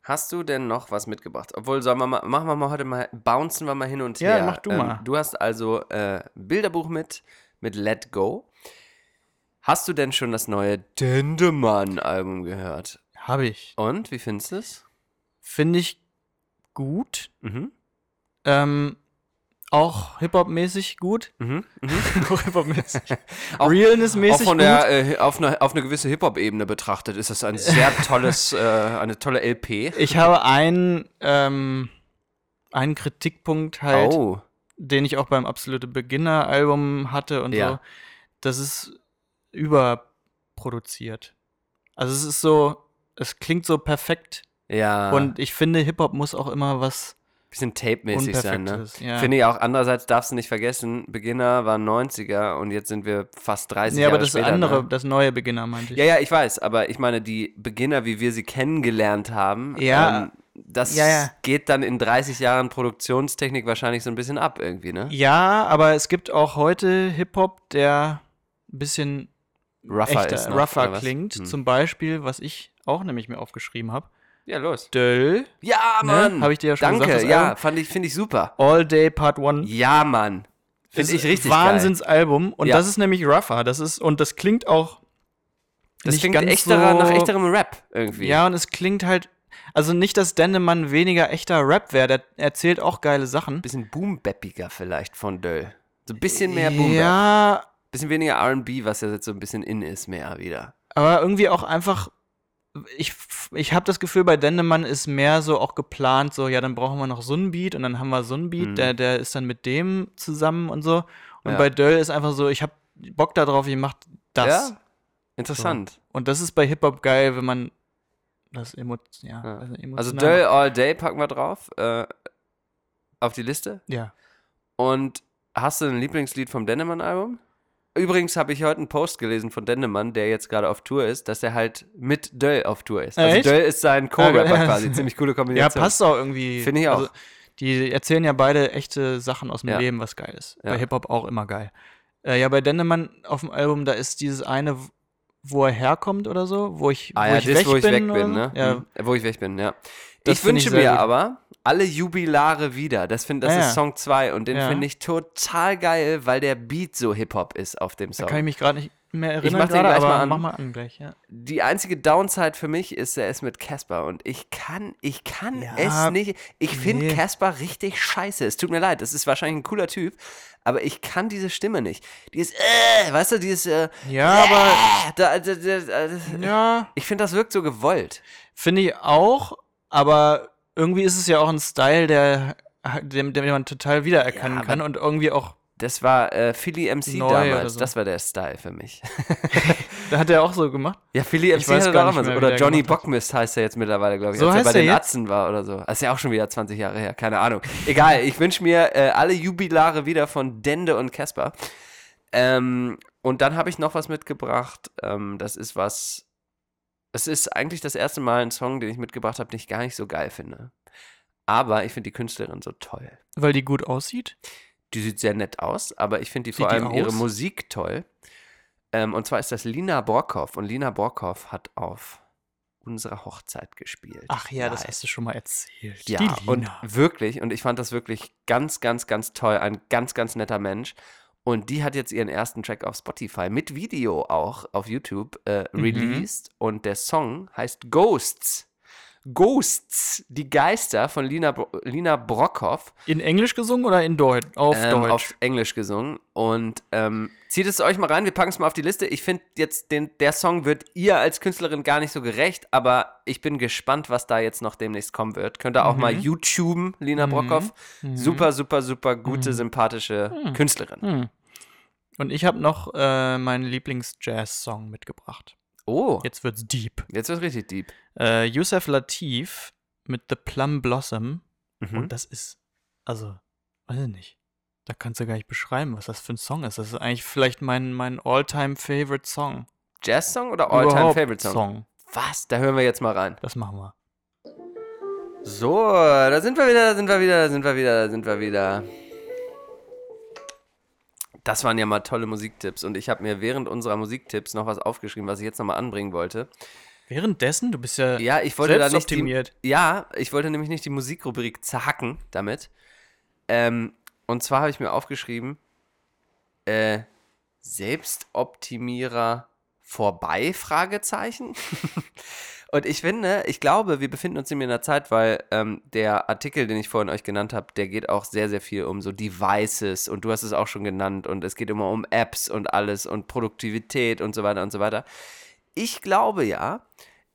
Speaker 1: Hast du denn noch was mitgebracht? Obwohl, sollen wir mal, machen wir mal heute mal, bouncen wir mal hin und
Speaker 6: Ja,
Speaker 1: her. Ähm,
Speaker 6: mach du mal.
Speaker 1: du hast also äh, Bilderbuch mit, mit Let Go. Hast du denn schon das neue Dendemann-Album gehört?
Speaker 6: Habe ich.
Speaker 1: Und, wie findest du es?
Speaker 6: Finde ich gut.
Speaker 1: Mhm.
Speaker 6: Ähm, auch Hip-Hop-mäßig gut.
Speaker 1: Mhm.
Speaker 6: auch Hip-Hop-mäßig.
Speaker 1: Auch- Auch
Speaker 6: Realness-mäßig
Speaker 1: von
Speaker 6: gut.
Speaker 1: der, äh, auf, eine, auf eine gewisse Hip-Hop-Ebene betrachtet ist das ein sehr tolles, äh, eine tolle LP.
Speaker 6: ich habe einen, ähm, einen Kritikpunkt halt,
Speaker 1: Oh,
Speaker 6: den ich auch beim absolute Beginner-Album hatte und
Speaker 1: Ja.
Speaker 6: so. Das ist überproduziert. Also es ist so, es klingt so perfekt.
Speaker 1: ja.
Speaker 6: Und ich finde, Hip-Hop muss auch immer was
Speaker 1: bisschen tape-mäßig sein, ne?
Speaker 6: Unperfektes. Ja.
Speaker 1: Finde ich auch. Andererseits darfst du nicht vergessen, Beginner waren 90er und jetzt sind wir fast 30
Speaker 6: Nee, aber
Speaker 1: Jahre
Speaker 6: das
Speaker 1: später.
Speaker 6: andere,
Speaker 1: Ne?
Speaker 6: das neue Beginner meinte ich.
Speaker 1: Ja, ja, ich weiß, aber ich meine, die Beginner, wie wir sie kennengelernt haben,
Speaker 6: Ja.
Speaker 1: ähm, das
Speaker 6: Ja, ja.
Speaker 1: geht dann in 30 Jahren Produktionstechnik wahrscheinlich so ein bisschen ab irgendwie, ne?
Speaker 6: Ja, aber es gibt auch heute Hip-Hop, der ein bisschen
Speaker 1: Rougher
Speaker 6: echter,
Speaker 1: ist noch,
Speaker 6: rougher
Speaker 1: oder was?
Speaker 6: klingt.
Speaker 1: Hm.
Speaker 6: Zum Beispiel, was ich auch nämlich mir aufgeschrieben habe.
Speaker 1: Ja, los.
Speaker 6: Döll,
Speaker 1: Ja, Mann!
Speaker 6: Ne? hab ich dir ja schon
Speaker 1: Danke,
Speaker 6: gesagt, das
Speaker 1: ja,
Speaker 6: Album.
Speaker 1: fand ich, finde ich super.
Speaker 6: All Day Part 1.
Speaker 1: Ja, Mann. Finde ich richtig geil.
Speaker 6: Wahnsinnsalbum. Und
Speaker 1: Ja.
Speaker 6: das ist nämlich rougher. Das ist, und das klingt auch
Speaker 1: Das
Speaker 6: nicht
Speaker 1: klingt
Speaker 6: ganz
Speaker 1: echterer,
Speaker 6: so,
Speaker 1: nach echterem Rap irgendwie.
Speaker 6: Ja, und es klingt halt, Also nicht, dass Dendemann weniger echter Rap wäre, der erzählt auch geile Sachen.
Speaker 1: Bisschen boombeppiger vielleicht von Döll. So ein bisschen mehr Boom.
Speaker 6: Ja,
Speaker 1: Bisschen weniger RB, was ja jetzt so ein bisschen in ist, mehr wieder.
Speaker 6: aber irgendwie auch einfach. Ich, ich habe das Gefühl, bei Dendemann ist mehr so auch geplant, so, ja, dann brauchen wir noch so einen Beat und dann haben wir so einen Beat,
Speaker 1: Mhm.
Speaker 6: der, der ist dann mit dem zusammen und so. Und
Speaker 1: Ja.
Speaker 6: bei Döll ist einfach so, ich habe Bock darauf, ich mach das.
Speaker 1: Ja? Interessant.
Speaker 6: Und das ist bei Hip-Hop geil, wenn man das emo ja,
Speaker 1: Ja.
Speaker 6: also emotional.
Speaker 1: Also Döll All Day packen wir drauf. Äh, auf die Liste.
Speaker 6: Ja.
Speaker 1: Und hast du ein Lieblingslied vom Dennemann-Album? Übrigens habe ich heute einen Post gelesen von Dennemann, der jetzt gerade auf Tour ist, dass er halt mit Döll auf Tour ist. Also
Speaker 6: Echt?
Speaker 1: Döll ist sein Co-Rapper
Speaker 6: Ah, ja.
Speaker 1: quasi. Ziemlich coole
Speaker 6: ja,
Speaker 1: Kombination.
Speaker 6: passt auch irgendwie. Also,
Speaker 1: Finde ich auch.
Speaker 6: die erzählen ja beide echte Sachen aus dem
Speaker 1: Ja.
Speaker 6: Leben, was geil ist.
Speaker 1: Ja.
Speaker 6: Bei Hip-Hop auch immer geil. Äh, ja, bei Dendemann auf dem Album, da ist dieses eine, wo er herkommt oder so, wo ich,
Speaker 1: Ah
Speaker 6: wo
Speaker 1: ja,
Speaker 6: ich
Speaker 1: das,
Speaker 6: weg
Speaker 1: wo ich
Speaker 6: bin.
Speaker 1: weg bin,
Speaker 6: oder
Speaker 1: ne?
Speaker 6: so. Ja,
Speaker 1: Hm, Wo ich weg bin, ja.
Speaker 6: Das
Speaker 1: ich
Speaker 6: find ich
Speaker 1: wünsche mir
Speaker 6: sehr gut.
Speaker 1: aber alle Jubilare wieder. Das, find, das
Speaker 6: Ah,
Speaker 1: ist
Speaker 6: ja.
Speaker 1: Song 2 und den
Speaker 6: Ja.
Speaker 1: finde ich total geil, weil der Beat so Hip-Hop ist auf dem
Speaker 6: da
Speaker 1: Song.
Speaker 6: kann ich mich gerade nicht mehr erinnern.
Speaker 1: mach den
Speaker 6: gerade,
Speaker 1: gleich mal
Speaker 6: aber
Speaker 1: an.
Speaker 6: Mach mal an gleich, ja.
Speaker 1: die einzige Downside für mich ist, er ist mit Casper und ich kann, ich kann
Speaker 6: Ja,
Speaker 1: es nicht. Ich finde
Speaker 6: nee.
Speaker 1: Casper richtig scheiße. Es tut mir leid, das ist wahrscheinlich ein cooler Typ, aber ich kann diese Stimme nicht. Dieses, äh, weißt du, dieses, äh,
Speaker 6: Ja, aber.
Speaker 1: äh, da, da, da, da,
Speaker 6: Ja.
Speaker 1: ich finde, das wirkt so gewollt.
Speaker 6: Finde ich auch, aber irgendwie ist es ja auch ein Style, der dem, dem man total wiedererkennen
Speaker 1: Ja, aber-
Speaker 6: kann und irgendwie auch,
Speaker 1: Das war äh, Philly MC
Speaker 6: Neu oder
Speaker 1: damals.
Speaker 6: so.
Speaker 1: Das war der Style für mich.
Speaker 6: da hat er auch so gemacht.
Speaker 1: ja, Philly MC
Speaker 6: weiß
Speaker 1: hatte da
Speaker 6: gar nicht
Speaker 1: damals.
Speaker 6: mehr, wie
Speaker 1: Oder
Speaker 6: der
Speaker 1: Johnny
Speaker 6: gemacht hat.
Speaker 1: Bockmist heißt er jetzt mittlerweile, glaube ich,
Speaker 6: So
Speaker 1: als er bei
Speaker 6: heißt er
Speaker 1: den
Speaker 6: jetzt?
Speaker 1: Atzen war oder so. Das ist ja auch schon wieder 20 Jahre her, keine Ahnung. Egal, ich wünsche mir äh, alle Jubilare wieder von Dende und Casper. Ähm, und dann habe ich noch was mitgebracht. Ähm, das ist was. Es ist eigentlich das erste Mal ein Song, den ich mitgebracht habe, den ich gar nicht so geil finde. Aber ich finde die Künstlerin so toll.
Speaker 6: Weil die gut aussieht.
Speaker 1: Die sieht sehr nett aus, aber ich finde die vor
Speaker 6: Sieht die
Speaker 1: allem ihre
Speaker 6: aus?
Speaker 1: Musik toll. Ähm, und zwar ist das Lina Borkow. Und Lina Borkow hat auf unserer Hochzeit gespielt.
Speaker 6: Ach ja, das
Speaker 1: Live.
Speaker 6: hast du schon mal erzählt.
Speaker 1: Ja,
Speaker 6: die
Speaker 1: und
Speaker 6: Lina.
Speaker 1: wirklich, und ich fand das wirklich ganz, ganz, ganz toll. Ein ganz, ganz netter Mensch. Und die hat jetzt ihren ersten Track auf Spotify mit Video auch auf YouTube äh,
Speaker 6: Mhm.
Speaker 1: released. Und der Song heißt Ghosts. Ghosts, die Geister von Lina, Bro Lina Brockhoff.
Speaker 6: In Englisch gesungen oder in Deutsch? Auf
Speaker 1: ähm,
Speaker 6: Deutsch.
Speaker 1: auf Englisch gesungen. Und ähm, zieht es euch mal rein, wir packen es mal auf die Liste. Ich finde jetzt, den, der Song wird ihr als Künstlerin gar nicht so gerecht, aber ich bin gespannt, was da jetzt noch demnächst kommen wird. Könnt ihr auch
Speaker 6: Mhm.
Speaker 1: mal YouTuben, Lina
Speaker 6: Mhm.
Speaker 1: Brockhoff.
Speaker 6: Mhm.
Speaker 1: Super, super, super gute,
Speaker 6: Mhm.
Speaker 1: sympathische
Speaker 6: Mhm.
Speaker 1: Künstlerin.
Speaker 6: Hm. Und ich habe noch äh, meinen Lieblings-Jazz-Song mitgebracht.
Speaker 1: Oh, jetzt,
Speaker 6: Jetzt wird's deep.
Speaker 1: wird richtig deep.
Speaker 6: Äh, Yusef Latif mit The Plum Blossom.
Speaker 1: Mhm.
Speaker 6: Und das ist, also, weiß ich nicht. Da kannst du gar nicht beschreiben, was das für ein Song ist. Das ist eigentlich vielleicht mein, mein All-Time-Favorite Song.
Speaker 1: Jazz-Song oder All-Time-Favorite-Song?
Speaker 6: Song.
Speaker 1: Was? Da hören wir jetzt mal rein.
Speaker 6: Das machen wir.
Speaker 1: So, da sind wir wieder, da sind wir wieder, da sind wir wieder, da sind wir wieder. Das waren ja mal tolle Musiktipps und ich habe mir während unserer Musiktipps noch was aufgeschrieben, was ich jetzt nochmal anbringen wollte.
Speaker 6: Währenddessen, du bist ja,
Speaker 1: Ja, ich wollte da nicht die,
Speaker 6: Äh, selbstoptimiert.
Speaker 1: Ja, ich wollte nämlich nicht die Musikrubrik zerhacken damit. Ähm, und zwar habe ich mir aufgeschrieben, äh, Selbstoptimierer vorbei? Fragezeichen. Und ich finde, ich glaube, wir befinden uns in einer Zeit, weil ähm, der Artikel, den ich vorhin euch genannt habe, der geht auch sehr, sehr viel um so Devices und du hast es auch schon genannt und es geht immer um Apps und alles und Produktivität und so weiter und so weiter. Ich glaube ja,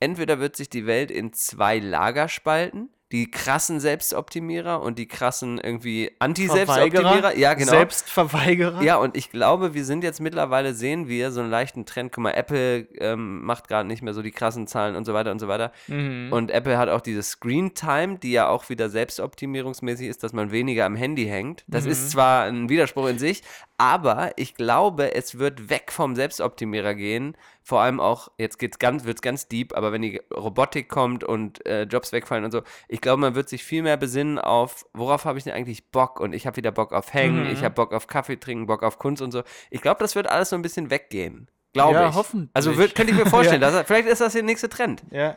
Speaker 1: entweder wird sich die Welt in zwei Lager spalten, die krassen Selbstoptimierer und die krassen irgendwie Anti-Selbstoptimierer. Ja, genau.
Speaker 6: Selbstverweigerer.
Speaker 1: Ja, und ich glaube, wir sind jetzt mittlerweile, sehen wir so einen leichten Trend. Guck mal, Apple ähm, macht gerade nicht mehr so die krassen Zahlen und so weiter und so weiter.
Speaker 6: Mhm.
Speaker 1: Und Apple hat auch diese Screen Time, die ja auch wieder selbstoptimierungsmäßig ist, dass man weniger am Handy hängt. Das ist zwar ein Widerspruch in sich, aber ich glaube, es wird weg vom Selbstoptimierer gehen. Vor allem auch, jetzt geht's ganz, wird's ganz deep, aber wenn die Robotik kommt und äh, Jobs wegfallen und so, ich glaube, man wird sich viel mehr besinnen auf, worauf habe ich denn eigentlich Bock? Und ich habe wieder Bock auf Hängen,
Speaker 6: Mhm.
Speaker 1: ich habe Bock auf Kaffee trinken, Bock auf Kunst und so. Ich glaube, das wird alles so ein bisschen weggehen. Glaube
Speaker 6: Ja,
Speaker 1: ich.
Speaker 6: hoffentlich.
Speaker 1: Also wird, könnte ich mir vorstellen, dass, vielleicht ist das der nächste Trend.
Speaker 6: Ja.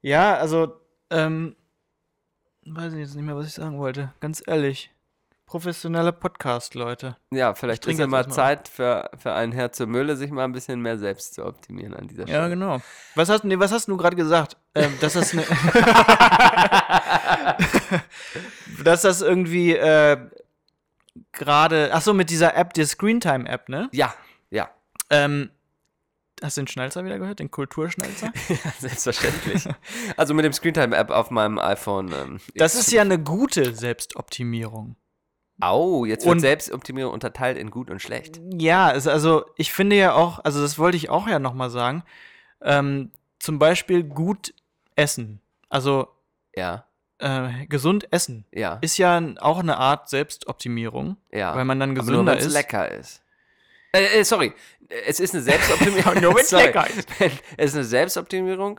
Speaker 6: Ja, also, ähm, weiß ich jetzt nicht mehr, was ich sagen wollte. Ganz ehrlich. professionelle Podcast-Leute.
Speaker 1: Ja, vielleicht
Speaker 6: trinke
Speaker 1: ist ja
Speaker 6: jetzt
Speaker 1: mal
Speaker 6: erstmal
Speaker 1: Zeit für, für einen Herr zur Mühle, sich mal ein bisschen mehr selbst zu optimieren an dieser Stelle.
Speaker 6: Ja, genau. Was hast, nee, was hast du gerade gesagt? Ähm, dass das ne Dass das irgendwie äh, gerade. Achso, mit dieser App, der Screentime-App, ne?
Speaker 1: Ja, ja.
Speaker 6: Ähm, hast du den Schnalzer wieder gehört? Den Kulturschnalzer?
Speaker 1: Selbstverständlich. also mit dem Screentime-App auf meinem iPhone. Ähm,
Speaker 6: Das
Speaker 1: X.
Speaker 6: ist ja eine gute Selbstoptimierung.
Speaker 1: Au, jetzt wird
Speaker 6: Und-
Speaker 1: Selbstoptimierung unterteilt in gut und
Speaker 6: Mhm.
Speaker 1: schlecht.
Speaker 6: Ja, es, also ich finde ja auch, also das wollte ich auch ja nochmal sagen, ähm, zum Beispiel gut essen, also
Speaker 1: Ja,
Speaker 6: äh, gesund essen,
Speaker 1: ja,
Speaker 6: ist ja n- auch eine Art Selbstoptimierung,
Speaker 1: ja.
Speaker 6: weil man dann
Speaker 1: Aber nur,
Speaker 6: gesünder
Speaker 1: wenn's
Speaker 6: ist.
Speaker 1: lecker ist. Äh, äh, sorry, es ist eine Selbstoptimierung.
Speaker 6: Nur wenn's
Speaker 1: Sorry.
Speaker 6: lecker ist.
Speaker 1: Wenn, es ist eine Selbstoptimierung,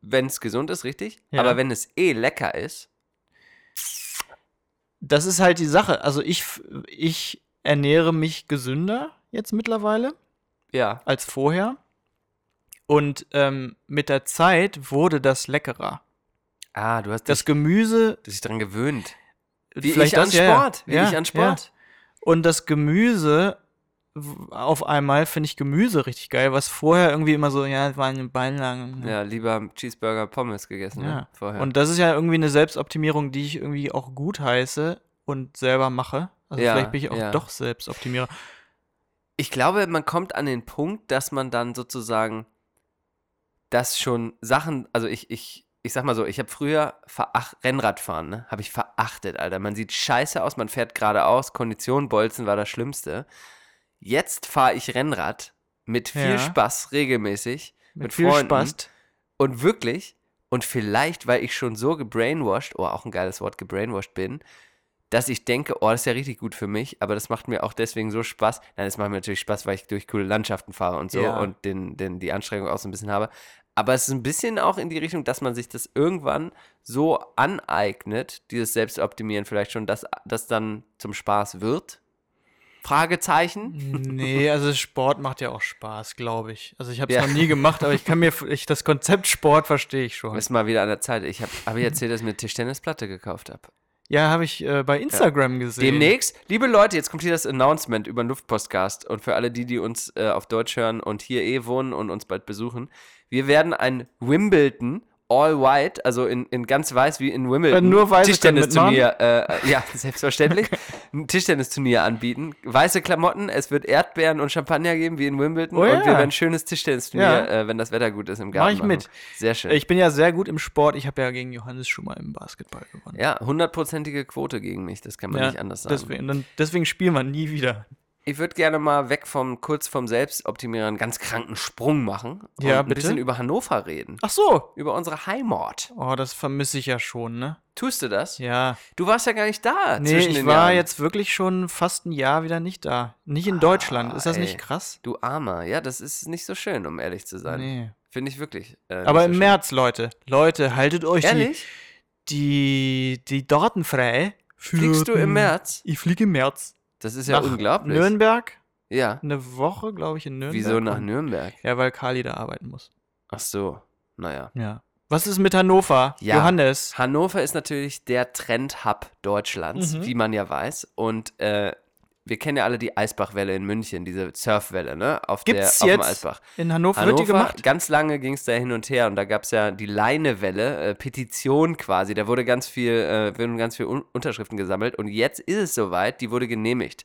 Speaker 1: wenn es gesund ist, richtig.
Speaker 6: Ja.
Speaker 1: Aber wenn es eh lecker ist,
Speaker 6: Das ist halt die Sache. Also ich, f- ich ernähre mich gesünder jetzt mittlerweile
Speaker 1: ja,
Speaker 6: als vorher. Und ähm, mit der Zeit wurde das leckerer.
Speaker 1: ah, du hast
Speaker 6: Das
Speaker 1: dich,
Speaker 6: Gemüse,
Speaker 1: das dich dran gewöhnt. Wie
Speaker 6: vielleicht
Speaker 1: ich an
Speaker 6: das, ja, ja.
Speaker 1: Sport, wie
Speaker 6: ja,
Speaker 1: ich an
Speaker 6: Ja.
Speaker 1: Sport.
Speaker 6: Und das Gemüse, w- auf einmal finde ich Gemüse richtig geil, was vorher irgendwie immer so, ja, es waren Beilagen.
Speaker 1: Ja, lieber Cheeseburger Pommes gegessen ne?
Speaker 6: Ja.
Speaker 1: vorher.
Speaker 6: ne? Und das ist ja irgendwie eine Selbstoptimierung, die ich irgendwie auch gut heiße und selber mache. Also
Speaker 1: Ja,
Speaker 6: vielleicht bin ich auch
Speaker 1: ja.
Speaker 6: doch Selbstoptimierer.
Speaker 1: ich glaube, man kommt an den Punkt, dass man dann sozusagen das schon Sachen, also ich, ich, ich sag mal so, ich habe früher verach Rennradfahren, ne? Habe ich verachtet, Alter. Man sieht scheiße aus, man fährt geradeaus, Kondition bolzen war das Schlimmste. Jetzt fahre ich Rennrad mit viel
Speaker 6: Ja.
Speaker 1: Spaß regelmäßig
Speaker 6: Mit,
Speaker 1: Mit
Speaker 6: viel
Speaker 1: Freunden.
Speaker 6: Spaß.
Speaker 1: und wirklich und vielleicht, weil ich schon so gebrainwashed, oh, auch ein geiles Wort, gebrainwashed bin, dass ich denke, oh, das ist ja richtig gut für mich, aber das macht mir auch deswegen so Spaß. Nein, das macht mir natürlich Spaß, weil ich durch coole Landschaften fahre und so
Speaker 6: Ja.
Speaker 1: und den, den, die Anstrengung auch so ein bisschen habe. Aber es ist ein bisschen auch in die Richtung, dass man sich das irgendwann so aneignet, dieses Selbstoptimieren vielleicht schon, dass das dann zum Spaß wird. Fragezeichen.
Speaker 6: Nee, also Sport macht ja auch Spaß, glaube ich. Also ich habe es
Speaker 1: Ja.
Speaker 6: noch nie gemacht, aber ich kann mir f- ich, das Konzept Sport verstehe ich schon.
Speaker 1: Ist mal wieder an der Zeit. Ich habe hab ich erzählt, dass ich mir eine Tischtennisplatte gekauft habe.
Speaker 6: Ja, habe ich äh, bei Instagram gesehen.
Speaker 1: Demnächst, liebe Leute, jetzt kommt hier das Announcement über den Luftpostcast und für alle die, die uns äh, auf Deutsch hören und hier eh wohnen und uns bald besuchen, wir werden ein Wimbledon All White, also in, in ganz weiß wie in Wimbledon,
Speaker 6: Äh, nur Weiße
Speaker 1: Tischtennisturnier, äh, ja, selbstverständlich, ein Tischtennisturnier anbieten. Weiße Klamotten, es wird Erdbeeren und Champagner geben wie in Wimbledon
Speaker 6: Oh
Speaker 1: und wir
Speaker 6: ja.
Speaker 1: werden ein schönes Tischtennisturnier,
Speaker 6: Ja.
Speaker 1: äh, wenn das Wetter gut ist, im Garten
Speaker 6: ich
Speaker 1: machen.
Speaker 6: mit.
Speaker 1: Sehr schön.
Speaker 6: Ich bin ja sehr gut im Sport. Ich habe ja gegen Johannes schon mal im Basketball gewonnen.
Speaker 1: ja, hundertprozentige Quote gegen mich, das kann man
Speaker 6: Ja,
Speaker 1: nicht anders sagen.
Speaker 6: Deswegen, dann, deswegen spielen wir nie wieder.
Speaker 1: Ich würde gerne mal weg vom kurz vom Selbstoptimieren einen ganz kranken Sprung machen und
Speaker 6: Ja,
Speaker 1: ein
Speaker 6: bitte?
Speaker 1: bisschen über Hannover reden.
Speaker 6: Ach so.
Speaker 1: Über unsere Heimat.
Speaker 6: Oh, das vermisse ich ja schon, ne?
Speaker 1: Tust du das?
Speaker 6: Ja.
Speaker 1: Du warst ja gar nicht da.
Speaker 6: Nee,
Speaker 1: zwischen
Speaker 6: ich
Speaker 1: den
Speaker 6: war
Speaker 1: Jahren. Ah,
Speaker 6: jetzt wirklich schon fast ein Jahr wieder nicht da. Nicht in Deutschland. Ist das
Speaker 1: ey.
Speaker 6: nicht krass?
Speaker 1: Du Armer. Ja, das ist nicht so schön, um ehrlich zu sein.
Speaker 6: Nee.
Speaker 1: Finde ich wirklich. äh, nicht
Speaker 6: Aber
Speaker 1: so
Speaker 6: im
Speaker 1: schön.
Speaker 6: März, Leute. Leute, haltet euch die,
Speaker 1: Ehrlich?
Speaker 6: die, die Daten frei. Für
Speaker 1: Fliegst du im
Speaker 6: den-
Speaker 1: März?
Speaker 6: Ich fliege im März.
Speaker 1: Das ist ja
Speaker 6: nach
Speaker 1: unglaublich.
Speaker 6: Nürnberg.
Speaker 1: ja.
Speaker 6: Eine Woche, glaube ich, in Nürnberg.
Speaker 1: Wieso nach
Speaker 6: Und-
Speaker 1: Nürnberg?
Speaker 6: Ja, weil Kali da arbeiten muss.
Speaker 1: Ach so. Naja.
Speaker 6: Ja. Was ist mit Hannover?
Speaker 1: Ja.
Speaker 6: Johannes.
Speaker 1: Hannover ist natürlich der Trendhub Deutschlands,
Speaker 6: Mhm.
Speaker 1: wie man ja weiß. Und äh, wir kennen ja alle die Eisbachwelle in München, diese Surfwelle, ne? Auf,
Speaker 6: Gibt's
Speaker 1: der, auf dem
Speaker 6: jetzt?
Speaker 1: Eisbach.
Speaker 6: In Hannover, wird die gemacht.
Speaker 1: ganz lange ging es da hin und her und da gab es ja die Leinewelle, äh, Petition quasi. Da wurde ganz viel, äh, wurden ganz viel Un Unterschriften gesammelt und jetzt ist es soweit, die wurde genehmigt.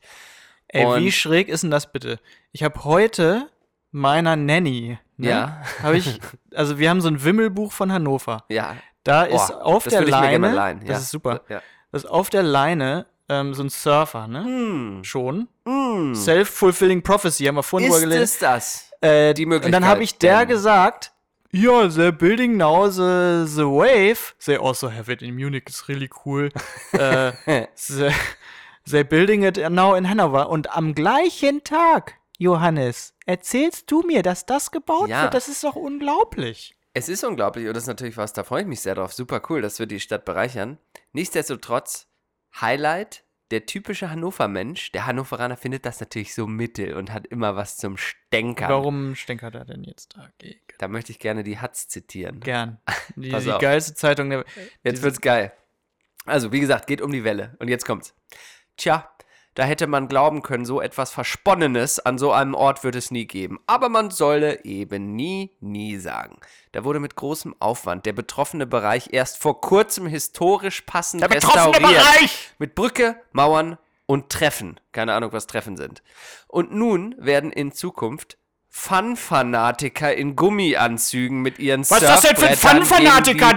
Speaker 6: Ey,
Speaker 1: Und-
Speaker 6: wie schräg ist denn das bitte? Ich habe heute meiner Nanny, ne,
Speaker 1: Ja.
Speaker 6: habe ich, also wir haben so ein Wimmelbuch von Hannover.
Speaker 1: Ja.
Speaker 6: Da ist
Speaker 1: Boah,
Speaker 6: auf
Speaker 1: das
Speaker 6: der
Speaker 1: würd ich mir gerne mal
Speaker 6: Leine,
Speaker 1: leihen, ja.
Speaker 6: das ist super,
Speaker 1: Ja.
Speaker 6: das ist auf der Leine ähm, so ein Surfer, ne?
Speaker 1: Hm,
Speaker 6: Schon.
Speaker 1: hm.
Speaker 6: Self-fulfilling Prophecy haben wir vorhin drüber
Speaker 1: Ist
Speaker 6: gelesen.
Speaker 1: es das?
Speaker 6: äh,
Speaker 1: die
Speaker 6: Und dann habe ich
Speaker 1: Möglichkeit,
Speaker 6: der
Speaker 1: denn-
Speaker 6: gesagt, ja, they're building now the, the wave. They also have it in Munich, it's really cool. äh, they, they're building it now in Hannover. Und am gleichen Tag, Johannes, erzählst du mir, dass das gebaut
Speaker 1: Ja.
Speaker 6: wird? Das ist doch unglaublich.
Speaker 1: Es ist unglaublich und das ist natürlich was, da freue ich mich sehr drauf. Super cool, dass wir die Stadt bereichern. Nichtsdestotrotz, Highlight, der typische Hannover-Mensch, der Hannoveraner findet das natürlich so mittel und hat immer was zum Stänkern.
Speaker 6: Warum stänkert er denn jetzt dagegen?
Speaker 1: Da möchte ich gerne die Hatz zitieren.
Speaker 6: Gern. Die,
Speaker 1: Pass
Speaker 6: die
Speaker 1: auf.
Speaker 6: geilste Zeitung der
Speaker 1: Jetzt wird's geil. Also, wie gesagt, geht um die Welle. Und jetzt kommt's. Tja, da hätte man glauben können, so etwas Versponnenes an so einem Ort würde es nie geben. Aber man solle eben nie, nie sagen. Da wurde mit großem Aufwand der betroffene Bereich erst vor kurzem historisch passend der restauriert. Mit Brücke, Mauern und Treffen. Keine Ahnung, was Treffen sind. Und nun werden in Zukunft Fun-Fanatiker in Gummianzügen mit ihren
Speaker 9: Was ist das denn für ein
Speaker 1: Surfbrettern gegen
Speaker 9: Fun-Fanatiker
Speaker 1: die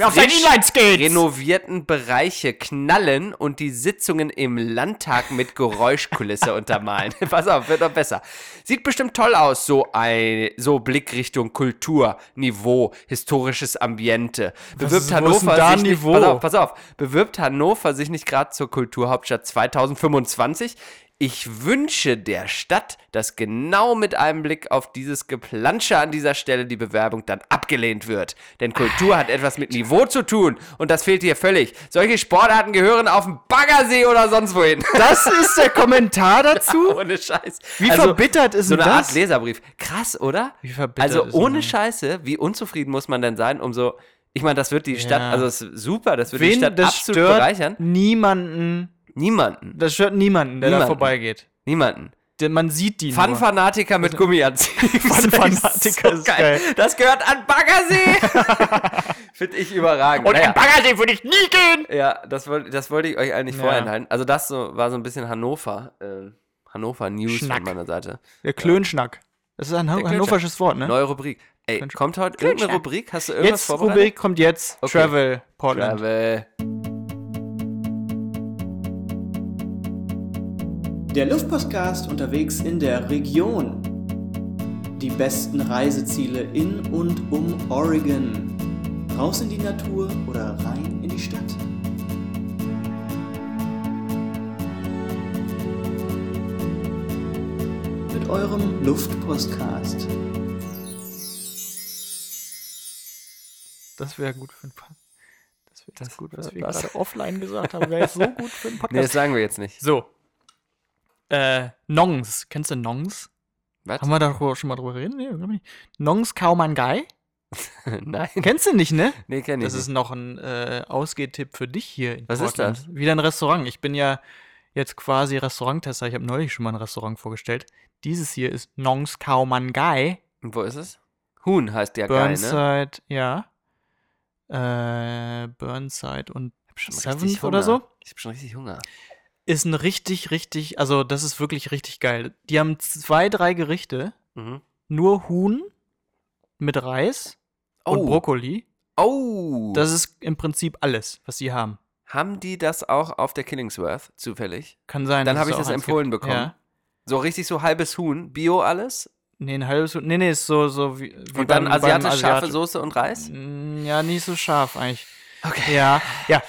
Speaker 9: da? Auf seinen
Speaker 1: frisch
Speaker 9: Inlineskates.
Speaker 1: renovierten Bereiche knallen und die Sitzungen im Landtag mit Geräuschkulisse untermalen. Pass auf, wird noch besser. Sieht bestimmt toll aus, so ein so Blickrichtung Kultur, Niveau, historisches Ambiente. Bewirbt
Speaker 6: ist- wo ist denn
Speaker 1: Hannover
Speaker 6: da
Speaker 1: sich
Speaker 6: Niveau?
Speaker 1: nicht, pass auf, pass auf, bewirbt Hannover sich nicht gerade zur Kulturhauptstadt 2025? Ich wünsche der Stadt, dass genau mit einem Blick auf dieses Geplansche an dieser Stelle die Bewerbung dann abgelehnt wird. Denn Kultur hat etwas mit Niveau zu tun und das fehlt hier völlig. Solche Sportarten gehören auf den Baggersee oder sonst wohin.
Speaker 6: Das ist der Kommentar dazu?
Speaker 1: Ohne Scheiß. Also,
Speaker 6: Wie verbittert ist
Speaker 1: so
Speaker 6: denn
Speaker 1: eine
Speaker 6: das?
Speaker 1: Art Leserbrief. Krass, oder?
Speaker 6: Wie verbittert
Speaker 1: also
Speaker 6: ist
Speaker 1: ohne
Speaker 6: man?
Speaker 1: Scheiße, wie unzufrieden muss man denn sein, um so. Ich meine, das wird die Stadt, also es ist super, das wird die
Speaker 6: Wen
Speaker 1: Stadt
Speaker 6: das
Speaker 1: absolut
Speaker 6: stört
Speaker 1: bereichern.
Speaker 6: niemanden.
Speaker 1: Niemanden.
Speaker 6: Das stört niemanden, der da
Speaker 1: Niemanden.
Speaker 6: vorbeigeht.
Speaker 1: Niemanden.
Speaker 6: Denn man sieht die nur.
Speaker 1: Fun-Fanatiker mit Gummianziehen.
Speaker 6: Fun-Fanatiker ist geil.
Speaker 1: Das gehört an Baggersee. Finde ich überragend.
Speaker 9: Und
Speaker 1: naja.
Speaker 9: in Baggersee würde ich nie gehen.
Speaker 1: Ja, das wollte, das wollte ich euch eigentlich
Speaker 6: Ja.
Speaker 1: vorenthalten. Also das so, war so ein bisschen Hannover, äh, Hannover News
Speaker 6: Schnack.
Speaker 1: von meiner Seite.
Speaker 6: Der Klönschnack. Das ist ein Han-
Speaker 1: Klönschnack.
Speaker 6: hannoversches Wort, ne?
Speaker 1: Neue Rubrik. Ey,
Speaker 6: Klönsch-
Speaker 1: kommt heute irgendeine Rubrik? Hast du irgendwas
Speaker 6: Jetzt,
Speaker 1: vorbereitet?
Speaker 6: Rubrik kommt jetzt.
Speaker 1: Okay.
Speaker 6: Travel Portland.
Speaker 1: Travel.
Speaker 10: Der Luftpostcast unterwegs in der Region. Die besten Reiseziele in und um Oregon. Raus in die Natur oder rein in die Stadt. Mit eurem Luftpostcast.
Speaker 6: Das wäre gut für ein Podcast. Das wäre das gut, was wir
Speaker 1: das-
Speaker 6: gerade offline gesagt haben. Wäre so gut für einen
Speaker 1: Nee,
Speaker 6: Podcast.
Speaker 1: das sagen wir jetzt nicht.
Speaker 6: so. Äh, Nongs. Kennst du Nongs?
Speaker 1: Was?
Speaker 6: Haben wir da schon mal drüber reden? Nee, glaube nicht. Nongs Kaumangai?
Speaker 1: Nein.
Speaker 6: Kennst du nicht, ne?
Speaker 1: Nee, kenn ich
Speaker 6: Das ist
Speaker 1: nicht.
Speaker 6: noch ein äh, Ausgehtipp für dich hier in
Speaker 1: Was ist
Speaker 6: Portland.
Speaker 1: das?
Speaker 6: Wieder ein Restaurant. Ich bin ja jetzt quasi Restauranttester. Ich habe neulich schon mal ein Restaurant vorgestellt. Dieses hier ist Nongs Khao Mangai.
Speaker 1: Und wo ist es? Huhn heißt ja geil, ne?
Speaker 6: Burnside, ja. Äh, Burnside und
Speaker 1: Schon richtig
Speaker 6: Seventh
Speaker 1: Hunger.
Speaker 6: oder so.
Speaker 1: Ich hab schon richtig Hunger.
Speaker 6: Ist ein richtig, richtig, also das ist wirklich richtig geil. Die haben zwei, drei Gerichte.
Speaker 1: Mhm.
Speaker 6: Nur Huhn mit Reis und
Speaker 1: Oh.
Speaker 6: Brokkoli.
Speaker 1: Oh!
Speaker 6: Das ist im Prinzip alles, was sie haben.
Speaker 1: Haben die das auch auf der Killingsworth zufällig?
Speaker 6: Kann sein.
Speaker 1: Dann
Speaker 6: dass
Speaker 1: habe
Speaker 6: es
Speaker 1: ich das
Speaker 6: auch eins
Speaker 1: empfohlen
Speaker 6: gibt.
Speaker 1: bekommen.
Speaker 6: Ja.
Speaker 1: So richtig so halbes Huhn, Bio alles.
Speaker 6: Nee, ein halbes Huhn. Nee, nee, ist so, so wie. wie
Speaker 1: Und dann
Speaker 6: beim- beim
Speaker 1: asiatisch scharfe
Speaker 6: Asiaten.
Speaker 1: Soße und Reis.
Speaker 6: Mm, Ja, nicht so scharf eigentlich.
Speaker 1: Okay.
Speaker 6: Ja, ja.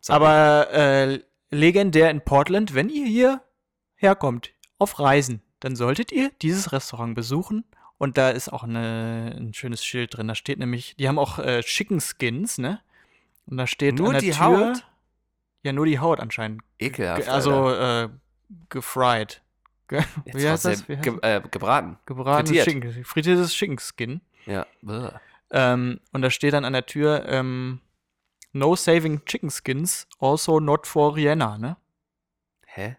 Speaker 1: Sorry.
Speaker 6: Aber äh, legendär in Portland, wenn ihr hier herkommt, auf Reisen, dann solltet ihr dieses Restaurant besuchen. Und da ist auch eine, ein schönes Schild drin. Da steht nämlich, die haben auch äh, Chicken Skins, ne? Und da steht
Speaker 1: Nur
Speaker 6: an der
Speaker 1: die
Speaker 6: Tür,
Speaker 1: Haut?
Speaker 6: Ja, nur die Haut anscheinend.
Speaker 1: Ekelhaft.
Speaker 6: Ge- also äh, gefried. Ge
Speaker 1: Alter.
Speaker 6: Wie heißt das? Wie heißt
Speaker 1: Ge
Speaker 6: das?
Speaker 1: äh, gebraten.
Speaker 6: Gebratenes
Speaker 1: frittiert.
Speaker 6: Chicken, frittiertes Chicken Skin.
Speaker 1: Ja. Bäh.
Speaker 6: Ähm, und da steht dann an der Tür, ähm, no saving chicken skins, also not for Rihanna, ne?
Speaker 1: Hä?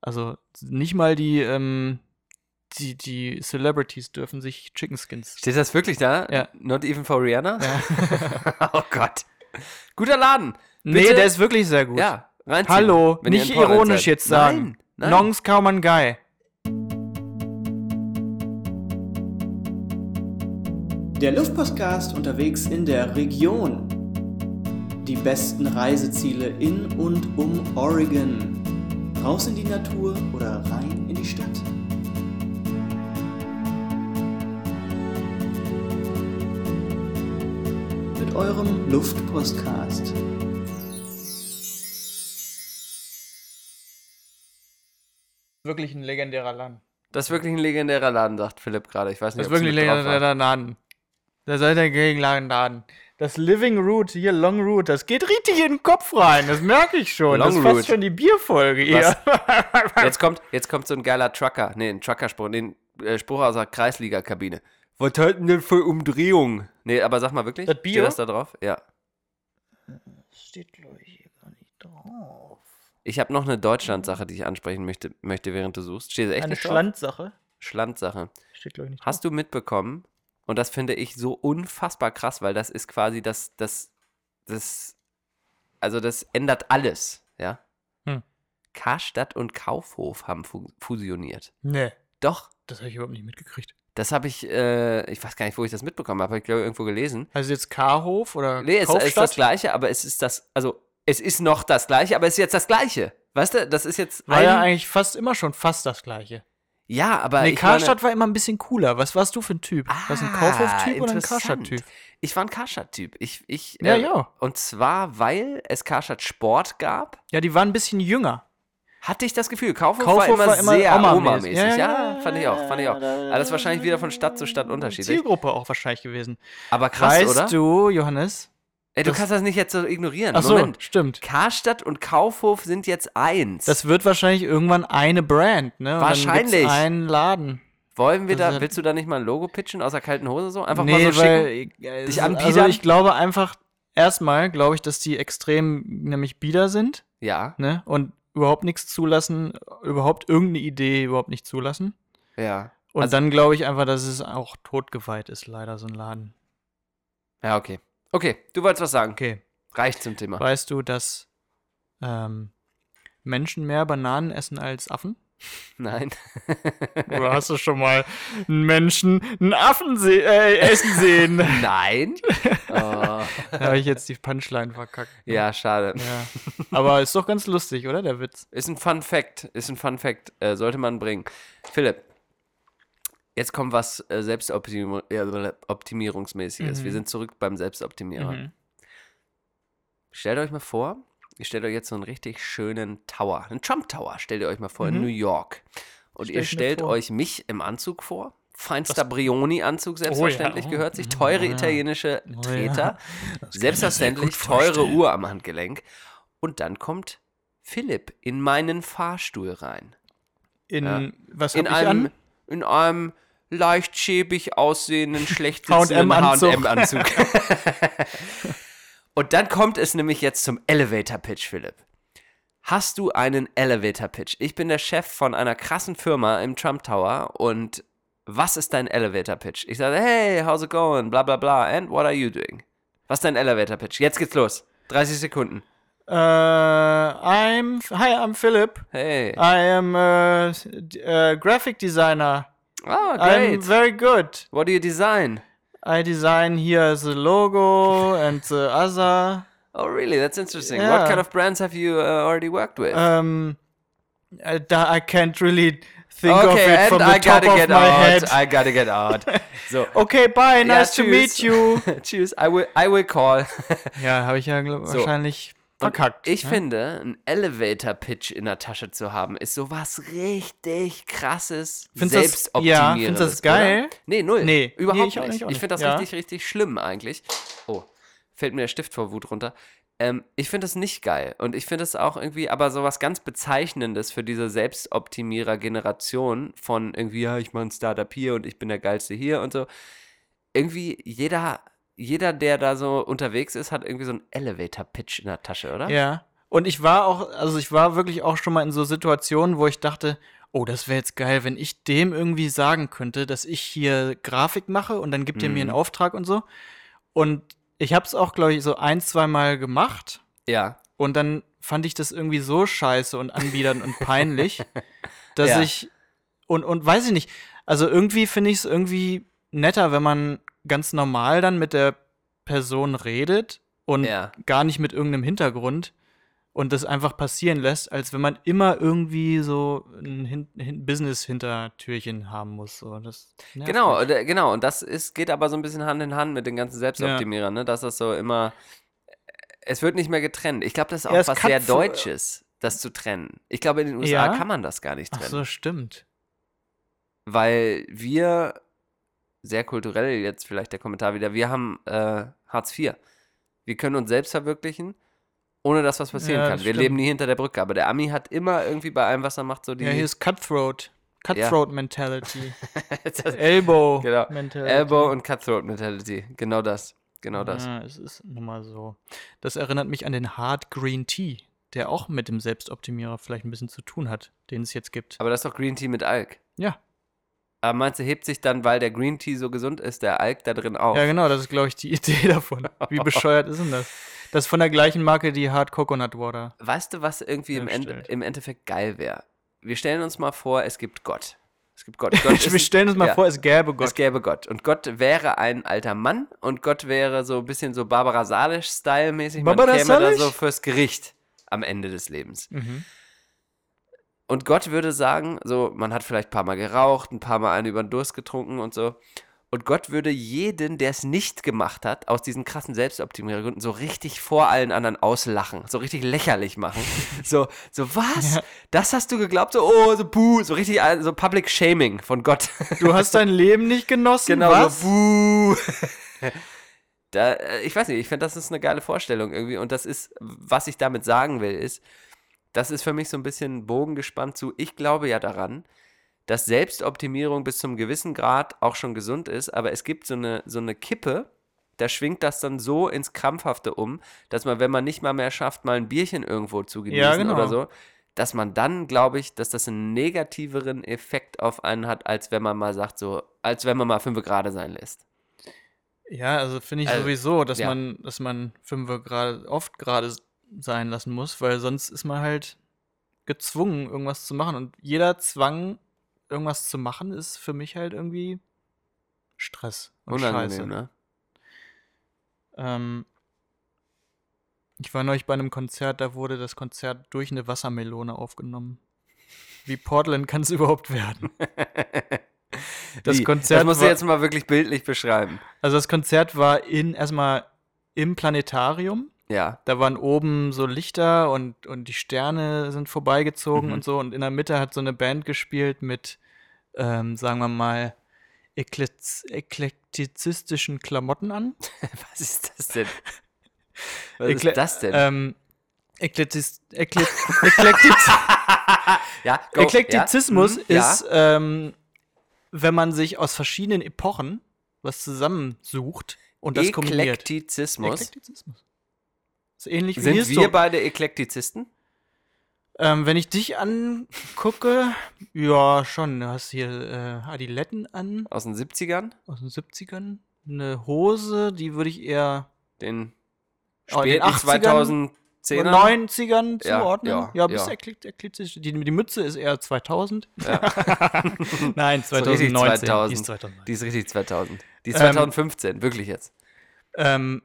Speaker 6: Also nicht mal die, ähm, die, die Celebrities dürfen sich Chicken Skins.
Speaker 1: Steht das wirklich da?
Speaker 6: Ja.
Speaker 1: Not even for Rihanna?
Speaker 6: Ja.
Speaker 1: oh Gott. Guter Laden.
Speaker 6: Nee,
Speaker 1: Bitte?
Speaker 6: der ist wirklich sehr gut.
Speaker 1: Ja. Reinziehen,
Speaker 6: Hallo,
Speaker 1: wenn ihr
Speaker 6: nicht
Speaker 1: in Portland
Speaker 6: ironisch
Speaker 1: seid.
Speaker 6: jetzt sagen.
Speaker 1: Nein, nein.
Speaker 6: Nongs Kaumann Guy.
Speaker 10: Der Luftpostcast unterwegs in der Region. Die besten Reiseziele in und um Oregon. Raus in die Natur oder rein in die Stadt. Mit eurem Luftpostcast.
Speaker 6: Wirklich ein legendärer Laden.
Speaker 1: Das ist wirklich ein legendärer Laden, sagt Philipp gerade. Ich weiß nicht,
Speaker 6: Das ist
Speaker 1: ob's
Speaker 6: wirklich
Speaker 1: mit drauf war.
Speaker 6: legendärer Laden. Da seid ihr gegen Laden. Das Living Root, hier Long Root, das geht richtig in den Kopf rein. Das merke ich schon. das
Speaker 1: Long
Speaker 6: ist fast
Speaker 1: Root.
Speaker 6: schon die Bierfolge hier.
Speaker 1: Jetzt kommt, jetzt kommt so ein geiler Trucker. Nee, ein Truckerspruch. Nee, ein äh, Spruch aus der Kreisliga-Kabine. Was halten denn für Umdrehung? Nee, aber sag mal wirklich.
Speaker 6: Das Bier?
Speaker 1: Steht das da drauf? Ja.
Speaker 6: Steht, glaube ich, hier gar nicht drauf.
Speaker 1: Ich habe noch eine Deutschland-Sache, die ich ansprechen möchte, möchte während du suchst. Steht echt
Speaker 11: Eine
Speaker 1: nicht drauf?
Speaker 11: Schlandsache.
Speaker 1: Schlandsache.
Speaker 11: Steht, glaube ich, nicht.
Speaker 1: Hast du mitbekommen, und das finde ich so unfassbar krass, weil das ist quasi das, das, das, also das ändert alles, ja?
Speaker 6: Hm.
Speaker 1: Karstadt und Kaufhof haben fu fusioniert.
Speaker 6: Nee.
Speaker 1: Doch,
Speaker 6: Das habe ich überhaupt nicht mitgekriegt.
Speaker 1: das habe ich, äh, ich weiß gar nicht, wo ich das mitbekommen habe, habe ich glaube ich, irgendwo gelesen.
Speaker 6: Also jetzt Karhof oder
Speaker 1: Nee, es
Speaker 6: Kaufstadt?
Speaker 1: ist das Gleiche, aber es ist das, also es ist noch das Gleiche, aber es ist jetzt das Gleiche. Weißt du, das ist jetzt
Speaker 6: War ja
Speaker 1: ein-
Speaker 6: eigentlich fast immer schon fast das Gleiche.
Speaker 1: ja, aber
Speaker 6: nee,
Speaker 1: ich meine-
Speaker 6: Karstadt war immer ein bisschen cooler. Was warst du für ein Typ? Warst du ein
Speaker 1: Ah,
Speaker 6: Kaufhof-Typ oder ein
Speaker 1: interessant.
Speaker 6: Karstadt-Typ?
Speaker 1: Ich war ein Karstadt-Typ. Ich, ich, äh,
Speaker 6: Ja, ja.
Speaker 1: Und zwar, weil es Karstadt Sport gab,
Speaker 6: Ja, die waren ein bisschen jünger.
Speaker 1: hatte ich das Gefühl, Kaufhof,
Speaker 6: Kaufhof
Speaker 1: war, immer
Speaker 6: war immer
Speaker 1: sehr
Speaker 6: Oma-mäßig.
Speaker 1: Oma-mäßig.
Speaker 6: Ja,
Speaker 1: Ja,
Speaker 6: ja,
Speaker 1: fand ich auch, fand ich auch. Aber das ist wahrscheinlich wieder von Stadt zu Stadt unterschiedlich.
Speaker 6: Zielgruppe auch wahrscheinlich gewesen.
Speaker 1: Aber krass,
Speaker 6: weißt
Speaker 1: oder?
Speaker 6: du, Johannes?
Speaker 1: Ey, du
Speaker 6: das-
Speaker 1: kannst das nicht jetzt so ignorieren.
Speaker 6: Ach so,
Speaker 1: Moment.
Speaker 6: stimmt.
Speaker 1: Karstadt und Kaufhof sind jetzt eins.
Speaker 6: Das wird wahrscheinlich irgendwann eine Brand, ne? Und Dann
Speaker 1: Wahrscheinlich.
Speaker 6: gibt's einen Laden.
Speaker 1: Wollen wir
Speaker 6: das
Speaker 1: da,
Speaker 6: hat-
Speaker 1: willst du da nicht mal ein Logo pitchen aus der kalten Hose so? Einfach
Speaker 6: nee,
Speaker 1: mal so
Speaker 6: weil,
Speaker 1: schicken?
Speaker 6: äh, es
Speaker 1: Dich
Speaker 6: ist- also
Speaker 1: anbiedern?
Speaker 6: ich glaube einfach, erstmal glaube ich, dass die extrem nämlich Bieder sind,
Speaker 1: Ja,
Speaker 6: ne? Und überhaupt nichts zulassen, überhaupt irgendeine Idee überhaupt nicht zulassen.
Speaker 1: ja.
Speaker 6: Und
Speaker 1: Also-
Speaker 6: dann glaube ich einfach, dass es auch totgeweiht ist, leider so ein Laden.
Speaker 1: Ja, okay. Okay, du wolltest was sagen.
Speaker 6: Okay.
Speaker 1: Reicht zum Thema.
Speaker 6: Weißt du, dass ähm, Menschen mehr Bananen essen als Affen?
Speaker 1: Nein.
Speaker 6: Oder hast du schon mal einen Menschen einen Affen se äh, essen sehen?
Speaker 1: Nein? Oh.
Speaker 6: da habe ich jetzt die Punchline verkackt.
Speaker 1: Ja, schade.
Speaker 6: Ja. Aber ist doch ganz lustig, oder, der Witz?
Speaker 1: Ist ein Fun Fact. Ist ein Fun Fact. Äh, sollte man bringen. Philipp, jetzt kommt was äh, Selbstoptimierungsmäßiges.
Speaker 6: Mhm.
Speaker 1: Wir sind zurück beim Selbstoptimierer. Stellt euch mal vor, ihr stellt euch jetzt so einen richtig schönen Tower, einen Trump Tower, stellt ihr euch mal vor in New York. Und ihr
Speaker 6: Mhm. Stell ich mir
Speaker 1: stellt
Speaker 6: vor.
Speaker 1: euch mich im Anzug vor. Feinster Brioni-Anzug, selbstverständlich,
Speaker 6: Oh,
Speaker 1: gehört sich.
Speaker 6: mhm,
Speaker 1: Teure
Speaker 6: ja.
Speaker 1: italienische
Speaker 6: Oh, ja.
Speaker 1: Treter.
Speaker 6: Das kann
Speaker 1: Selbstverständlich
Speaker 6: ich mir sehr gut
Speaker 1: teure
Speaker 6: vorstellen.
Speaker 1: Uhr am Handgelenk. Und dann kommt Philipp in meinen Fahrstuhl rein.
Speaker 6: In
Speaker 1: Ja.
Speaker 6: was hab
Speaker 1: In
Speaker 6: ich
Speaker 1: einem,
Speaker 6: an?
Speaker 1: in einem leicht schäbig aussehenden, schlecht sitzenden
Speaker 6: H&M-Anzug.
Speaker 1: H&M-Anzug. Und dann kommt es nämlich jetzt zum Elevator-Pitch, Philipp. Hast du einen Elevator-Pitch? Ich bin der Chef von einer krassen Firma im Trump Tower und was ist dein Elevator-Pitch? Ich sage, hey, how's it going? Bla bla bla. And what are you doing? Was ist dein Elevator-Pitch? Jetzt geht's los. 30 Sekunden.
Speaker 6: Äh, I'm, hi, I'm Philipp.
Speaker 1: Hey.
Speaker 6: I am a, a graphic designer.
Speaker 1: Ah,
Speaker 6: I'm
Speaker 1: great.
Speaker 6: very good.
Speaker 1: What do you design?
Speaker 6: I design here the logo and the other.
Speaker 1: Oh, really? That's interesting.
Speaker 6: Yeah.
Speaker 1: What kind of brands have you uh, already worked with?
Speaker 6: Um, I, da- I can't really think of it from the
Speaker 1: I
Speaker 6: top
Speaker 1: gotta
Speaker 6: of
Speaker 1: get
Speaker 6: my
Speaker 1: out.
Speaker 6: head.
Speaker 1: I gotta get out. So,
Speaker 6: okay, bye.
Speaker 1: Ja,
Speaker 6: Nice to meet
Speaker 1: tschüss.
Speaker 6: you.
Speaker 1: Tschüss. I will, I will call.
Speaker 6: Ja, habe ich ja glaub,
Speaker 1: So.
Speaker 6: wahrscheinlich verkackt.
Speaker 1: Ich
Speaker 6: ne?
Speaker 1: finde, ein Elevator-Pitch in der Tasche zu haben, ist sowas richtig krasses,
Speaker 6: Findest du das- ja,
Speaker 1: selbstoptimierendes.
Speaker 6: findest du das geil?
Speaker 1: Oder? Nee, null.
Speaker 6: Nee, nee,
Speaker 1: überhaupt
Speaker 6: ich auch
Speaker 1: nicht.
Speaker 6: nicht, auch
Speaker 1: Ich finde das
Speaker 6: nicht. Ja.
Speaker 1: richtig, richtig schlimm eigentlich. Oh, fällt mir der Stift vor Wut runter. Ähm, ich finde das nicht geil. Und ich finde das auch irgendwie, aber sowas ganz Bezeichnendes für diese Selbstoptimierer-Generation von irgendwie, ja, ich mache ein Startup hier und ich bin der Geilste hier und so. Irgendwie jeder... Jeder, der da so unterwegs ist, hat irgendwie so einen Elevator-Pitch in der Tasche, oder?
Speaker 6: Ja. Und ich war auch, also ich war wirklich auch schon mal in so Situationen, wo ich dachte, oh, das wäre jetzt geil, wenn ich dem irgendwie sagen könnte, dass ich hier Grafik mache und dann gibt er mir einen
Speaker 1: Mhm.
Speaker 6: Auftrag und so. Und ich habe es auch, glaube ich, so ein, zweimal gemacht.
Speaker 1: Ja.
Speaker 6: Und dann fand ich das irgendwie so scheiße und anbiedernd und peinlich, dass
Speaker 1: Ja.
Speaker 6: ich und, und weiß ich nicht. Also irgendwie finde ich es irgendwie netter, wenn man ganz normal dann mit der Person redet und
Speaker 1: Ja.
Speaker 6: gar nicht mit irgendeinem Hintergrund und das einfach passieren lässt, als wenn man immer irgendwie so ein Hin Hin Business-Hintertürchen haben muss. So, das nervt
Speaker 1: Genau,
Speaker 6: mich.
Speaker 1: oder- genau. Und das ist, geht aber so ein bisschen Hand in Hand mit den ganzen Selbstoptimierern, ne? Dass das so immer. äh, Es wird nicht mehr getrennt. Ich glaube, das ist auch
Speaker 6: Ja, es
Speaker 1: was
Speaker 6: kann
Speaker 1: sehr
Speaker 6: fu-
Speaker 1: Deutsches, das zu trennen. Ich glaube, in den USA
Speaker 6: Ja?
Speaker 1: kann man das gar nicht
Speaker 6: Ach
Speaker 1: trennen.
Speaker 6: so, stimmt.
Speaker 1: Weil wir, sehr kulturell jetzt vielleicht der Kommentar wieder, wir haben äh, Hartz IV. Wir können uns selbst verwirklichen, ohne dass was passieren
Speaker 6: Ja,
Speaker 1: kann.
Speaker 6: das
Speaker 1: Wir
Speaker 6: stimmt.
Speaker 1: leben nie hinter der Brücke. Aber der Ami hat immer irgendwie bei allem, was er macht, so die.
Speaker 6: Ja, hier ist Cutthroat. Cutthroat-Mentality.
Speaker 1: das, Genau.
Speaker 6: Elbow-Mentality.
Speaker 1: Elbow und Cutthroat Mentality. Genau das. Genau das.
Speaker 6: Ah. Ja, es ist nun mal so. Das erinnert mich an den Hard Green Tea, der auch mit dem Selbstoptimierer vielleicht ein bisschen zu tun hat, den es jetzt gibt.
Speaker 1: Aber das ist doch Green Tea mit Alk.
Speaker 6: Ja.
Speaker 1: Aber meinst du, hebt sich dann, weil der Green Tea so gesund ist, der Alk da drin auf?
Speaker 6: Ja, genau, das ist, glaube ich, die Idee davon. Wie bescheuert ist denn das? Das ist von der gleichen Marke, die Hard Coconut Water.
Speaker 1: Weißt du, was irgendwie im, End,
Speaker 6: Hergestellt.
Speaker 1: im Endeffekt geil wäre? Wir stellen uns mal vor, es gibt Gott. Es gibt Gott. Gott ist ein-
Speaker 6: Wir stellen uns mal
Speaker 1: ja,
Speaker 6: vor, es gäbe Gott.
Speaker 1: Es gäbe Gott. Und Gott wäre ein alter Mann und Gott wäre so ein bisschen so Barbara Salisch-Style-mäßig.
Speaker 6: Barbara
Speaker 1: Man käme da
Speaker 6: Salisch?
Speaker 1: so fürs Gericht am Ende des Lebens.
Speaker 6: Mhm.
Speaker 1: Und Gott würde sagen, so, man hat vielleicht ein paar Mal geraucht, ein paar Mal einen über den Durst getrunken und so. Und Gott würde jeden, der es nicht gemacht hat, aus diesen krassen Selbstoptimierungsgründen so richtig vor allen anderen auslachen, so richtig lächerlich machen. so, so, was? Das hast du geglaubt? So, oh, so, buh, so richtig, ein- so Public Shaming von Gott.
Speaker 6: Du hast dein Leben nicht genossen.
Speaker 1: Genau,
Speaker 6: was?
Speaker 1: so buh. da, äh, ich weiß nicht, ich finde, das ist eine geile Vorstellung irgendwie. Und das ist, was ich damit sagen will, ist, das ist für mich so ein bisschen ein Bogen gespannt zu, ich glaube ja daran, dass Selbstoptimierung bis zum gewissen Grad auch schon gesund ist, aber es gibt so eine, so eine Kippe, da schwingt das dann so ins Krampfhafte um, dass man, wenn man nicht mal mehr schafft, mal ein Bierchen irgendwo zu genießen
Speaker 6: Ja, genau.
Speaker 1: oder so, dass man dann, glaube ich, dass das einen negativeren Effekt auf einen hat, als wenn man mal sagt, so, als wenn man mal fünf gerade sein lässt.
Speaker 6: Ja, also finde ich
Speaker 1: Also,
Speaker 6: sowieso, dass
Speaker 1: ja.
Speaker 6: man, dass man fünf gerade oft gerade s- sein lassen muss, weil sonst ist man halt gezwungen, irgendwas zu machen. Und jeder Zwang, irgendwas zu machen, ist für mich halt irgendwie Stress und Scheiße.
Speaker 1: Unangenehm, ne?
Speaker 6: Ähm, ich war neulich bei einem Konzert, da wurde das Konzert durch eine Wassermelone aufgenommen. Wie Portland kann es überhaupt werden? Das
Speaker 1: Wie?
Speaker 6: Konzert
Speaker 1: das musst du
Speaker 6: war-
Speaker 1: jetzt mal wirklich bildlich beschreiben.
Speaker 6: Also das Konzert war in erstmal im Planetarium.
Speaker 1: Ja.
Speaker 6: Da waren oben so Lichter und, und die Sterne sind vorbeigezogen
Speaker 1: Mhm.
Speaker 6: und so. Und in der Mitte hat so eine Band gespielt mit, ähm, sagen wir mal, eklez eklektizistischen Klamotten an.
Speaker 1: Was ist das denn? Was
Speaker 6: Ekle-
Speaker 1: ist das denn?
Speaker 6: Ähm, Ekletiz Ekle Eklektiz
Speaker 1: ja, go,
Speaker 6: Eklektizismus
Speaker 1: ja, mhm,
Speaker 6: ist, ähm, wenn man sich aus verschiedenen Epochen was zusammensucht und
Speaker 1: ja.
Speaker 6: das kombiniert.
Speaker 1: Eklektizismus.
Speaker 6: Eklektizismus. Ist ähnlich wie
Speaker 1: Sind
Speaker 6: Histo-
Speaker 1: wir beide Eklektizisten?
Speaker 6: Ähm, wenn ich dich angucke, ja, schon. Du hast hier äh, Adiletten an
Speaker 1: Aus den 70ern?
Speaker 6: aus den 70ern. Eine Hose, die würde ich eher
Speaker 1: Den
Speaker 6: Oh, in den Oh,
Speaker 1: späten
Speaker 6: 80ern
Speaker 1: 2010ern?
Speaker 6: 90ern
Speaker 1: Ja,
Speaker 6: zuordnen.
Speaker 1: ja,
Speaker 6: Ja, bis
Speaker 1: ja.
Speaker 6: eklektisch. Die, die Mütze ist eher 2000.
Speaker 1: Ja.
Speaker 6: Nein,
Speaker 1: So richtig
Speaker 6: 2019.
Speaker 1: 2000.
Speaker 6: Die ist 2019.
Speaker 1: Die ist richtig 2000. Die ist
Speaker 6: Ähm,
Speaker 1: 2015, wirklich jetzt.
Speaker 6: Ähm,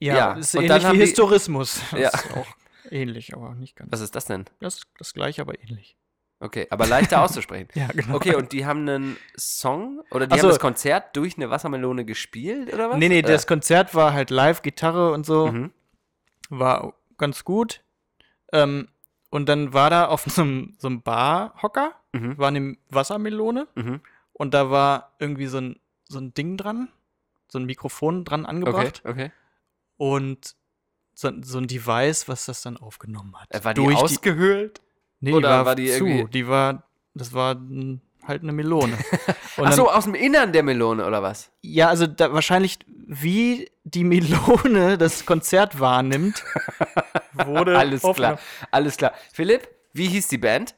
Speaker 6: ja,
Speaker 1: Ja,
Speaker 6: ist
Speaker 1: und
Speaker 6: ähnlich
Speaker 1: dann haben
Speaker 6: wie
Speaker 1: die-
Speaker 6: Historismus. Das
Speaker 1: Ja.
Speaker 6: ist auch ähnlich, aber nicht ganz.
Speaker 1: Was ist das denn?
Speaker 6: Das, das gleiche, aber ähnlich.
Speaker 1: Okay, aber leichter auszusprechen.
Speaker 6: Ja, genau.
Speaker 1: Okay, und die haben einen Song oder die
Speaker 6: Ach
Speaker 1: haben
Speaker 6: so.
Speaker 1: das Konzert durch eine Wassermelone gespielt oder was?
Speaker 6: Nee, nee,
Speaker 1: Äh,
Speaker 6: das Konzert war halt live, Gitarre und so.
Speaker 1: mhm.
Speaker 6: war ganz gut. Ähm, und dann war da auf so einem, so einem Barhocker,
Speaker 1: Mhm.
Speaker 6: war eine Wassermelone
Speaker 1: Mhm.
Speaker 6: und da war irgendwie so ein, so ein Ding dran, so ein Mikrofon dran
Speaker 1: Okay,
Speaker 6: angebracht
Speaker 1: okay.
Speaker 6: und so, ein- so ein Device, was das dann aufgenommen hat.
Speaker 1: Äh, War die
Speaker 6: Durch die-
Speaker 1: ausgehöhlt?
Speaker 6: nee,
Speaker 1: oder
Speaker 6: die war,
Speaker 1: war die
Speaker 6: zu.
Speaker 1: irgendwie-
Speaker 6: Die war, das war mh, halt eine Melone. und
Speaker 1: Ach
Speaker 6: dann,
Speaker 1: so, aus dem Innern der Melone oder was?
Speaker 6: ja, also da, wahrscheinlich wie die Melone das Konzert wahrnimmt, wurde
Speaker 1: Alles
Speaker 6: aufgenommen.
Speaker 1: klar, alles klar. Philipp, wie hieß die Band?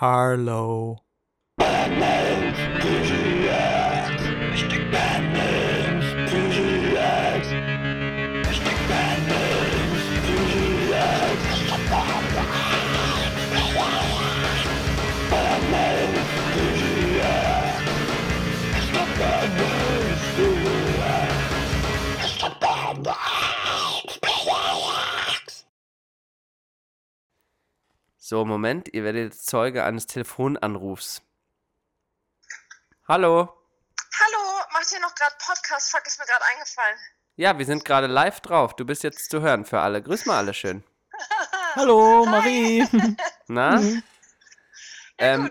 Speaker 6: Harlow.
Speaker 1: So, Moment, ihr werdet jetzt Zeuge eines Telefonanrufs. Hallo?
Speaker 11: Hallo, macht ihr noch gerade Podcast? Fuck, ist mir gerade eingefallen.
Speaker 1: Ja, wir sind gerade live drauf. Du bist jetzt zu hören für alle. Grüß mal alle schön.
Speaker 6: Hallo, Marie.
Speaker 1: Na? Ähm,
Speaker 11: äh,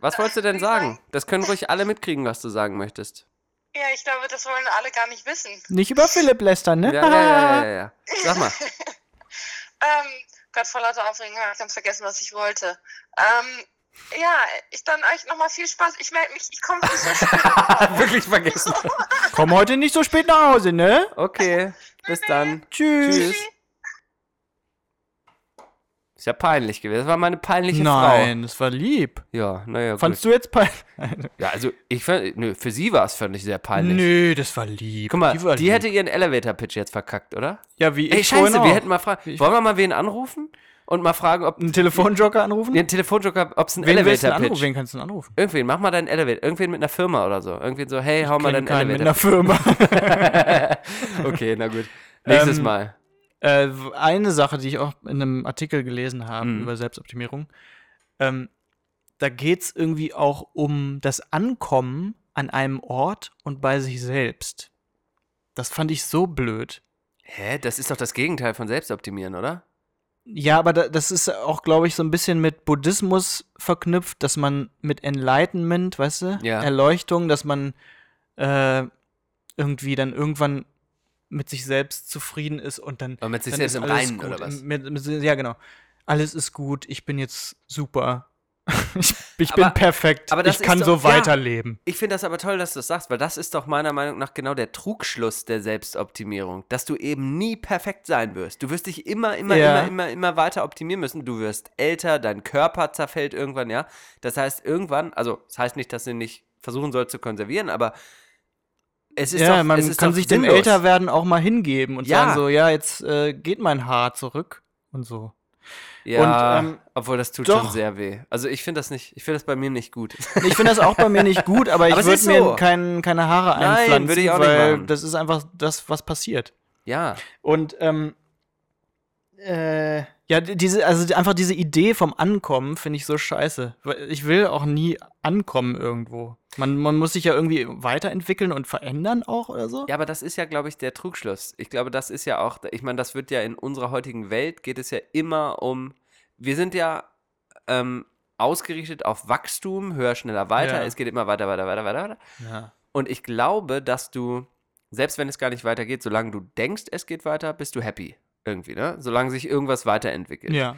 Speaker 1: was wolltest du denn sagen? Das können ruhig alle mitkriegen, was du sagen möchtest.
Speaker 11: Ja, ich glaube, das wollen alle gar nicht wissen.
Speaker 6: Nicht über Philipp lästern, ne?
Speaker 1: Ja, ja, ja, ja, ja. Sag mal.
Speaker 11: Ähm, Gott, vor lauter Aufregung habe ich ganz vergessen, was ich wollte. Ähm, ja, ich dann euch nochmal viel Spaß. Ich melde mich, ich komme nicht so spät.
Speaker 1: Wirklich vergessen.
Speaker 6: Komm heute nicht so spät nach Hause, ne?
Speaker 1: Okay, bis dann.
Speaker 6: Tschüss.
Speaker 1: Tschüss. Ist ja peinlich gewesen. Das war meine peinliche
Speaker 6: Nein, das war lieb.
Speaker 1: Frau. Ja, naja, gut.
Speaker 6: Fandst du jetzt peinlich?
Speaker 1: Ja, also ich fand, nö, für sie war es völlig sehr peinlich.
Speaker 6: Nö, das war lieb.
Speaker 1: Guck mal,
Speaker 6: die,
Speaker 1: die,
Speaker 6: war lieb.
Speaker 1: hätte ihren Elevator-Pitch jetzt verkackt, oder?
Speaker 6: Ja, wie ich
Speaker 1: Ey, scheiße,
Speaker 6: vorhin auch.
Speaker 1: wir hätten mal fragen. Wollen wir mal wen anrufen? Und mal fragen, ob
Speaker 6: einen Telefonjoker anrufen?
Speaker 1: den Telefonjoker, ob es einen
Speaker 6: Wen, willst du denn anrufen?
Speaker 1: Elevator-Pitch
Speaker 6: Wen kannst du denn anrufen?
Speaker 1: Irgendwen, mach mal deinen Elevator. Irgendwen mit einer Firma oder so. Irgendwen so, hey, hau mal deinen
Speaker 6: Kenn keinen mit einer
Speaker 1: Elevator.
Speaker 6: Firma.
Speaker 1: okay, na gut. Nächstes
Speaker 6: Ähm,
Speaker 1: Mal.
Speaker 6: Äh, eine Sache, die ich auch in einem Artikel gelesen habe
Speaker 1: Mhm.
Speaker 6: über Selbstoptimierung, ähm, da geht es irgendwie auch um das Ankommen an einem Ort und bei sich selbst. Das fand ich so blöd.
Speaker 1: Hä? Das ist doch das Gegenteil von Selbstoptimieren, oder?
Speaker 6: Ja, aber da, das ist auch, glaube ich, so ein bisschen mit Buddhismus verknüpft, dass man mit Enlightenment, weißt du,
Speaker 1: Ja.
Speaker 6: Erleuchtung, dass man äh, irgendwie dann irgendwann mit sich selbst zufrieden ist und dann
Speaker 1: Und mit sich
Speaker 6: dann
Speaker 1: selbst
Speaker 6: ist
Speaker 1: im
Speaker 6: alles
Speaker 1: Reinen
Speaker 6: gut.
Speaker 1: oder was?
Speaker 6: Mit, mit, ja, genau. Alles ist gut, ich bin jetzt super. ich ich
Speaker 1: Aber-
Speaker 6: bin perfekt.
Speaker 1: aber das
Speaker 6: ich kann
Speaker 1: ist
Speaker 6: so
Speaker 1: doch- ja.
Speaker 6: weiterleben.
Speaker 1: Ich finde das aber toll, dass du das sagst, weil das ist doch meiner Meinung nach genau der Trugschluss der Selbstoptimierung, dass du eben nie perfekt sein wirst. Du wirst dich immer, immer,
Speaker 6: Ja.
Speaker 1: immer, immer, immer weiter optimieren müssen. Du wirst älter, dein Körper zerfällt irgendwann, ja. Das heißt, irgendwann, also das heißt nicht, dass du ihn nicht versuchen sollst zu konservieren, aber es ist
Speaker 6: Ja,
Speaker 1: doch,
Speaker 6: man
Speaker 1: es ist
Speaker 6: kann
Speaker 1: doch
Speaker 6: sich dem
Speaker 1: sinnlos.
Speaker 6: Älterwerden auch mal hingeben und
Speaker 1: Ja.
Speaker 6: sagen so, ja, jetzt äh, geht mein Haar zurück und so.
Speaker 1: Ja,
Speaker 6: und, ähm,
Speaker 1: obwohl das tut
Speaker 6: doch.
Speaker 1: schon sehr weh. Also ich finde das nicht, ich finde das bei mir nicht gut.
Speaker 6: Ich finde das auch bei mir nicht gut, aber ich
Speaker 1: Aber es
Speaker 6: würde
Speaker 1: ist
Speaker 6: mir
Speaker 1: so.
Speaker 6: kein, keine Haare
Speaker 1: Nein,
Speaker 6: einpflanzen,
Speaker 1: würde ich auch nicht
Speaker 6: weil
Speaker 1: machen.
Speaker 6: das ist einfach das, was passiert.
Speaker 1: ja.
Speaker 6: Und ähm, äh, ja, di- diese, also die- einfach diese Idee vom Ankommen finde ich so scheiße. Weil Ich will auch nie ankommen irgendwo. Man, man muss sich ja irgendwie weiterentwickeln und verändern auch oder so.
Speaker 1: Ja, aber das ist ja, glaube ich, der Trugschluss. Ich glaube, das ist ja auch, ich meine, das wird ja in unserer heutigen Welt, geht es ja immer um, wir sind ja ähm, ausgerichtet auf Wachstum, höher, schneller, weiter.
Speaker 6: Ja.
Speaker 1: Es geht immer weiter, weiter, weiter, weiter, weiter.
Speaker 6: Ja.
Speaker 1: Und ich glaube, dass du, selbst wenn es gar nicht weitergeht, solange du denkst, es geht weiter, bist du happy. Irgendwie, ne? Solange sich irgendwas weiterentwickelt.
Speaker 6: ja.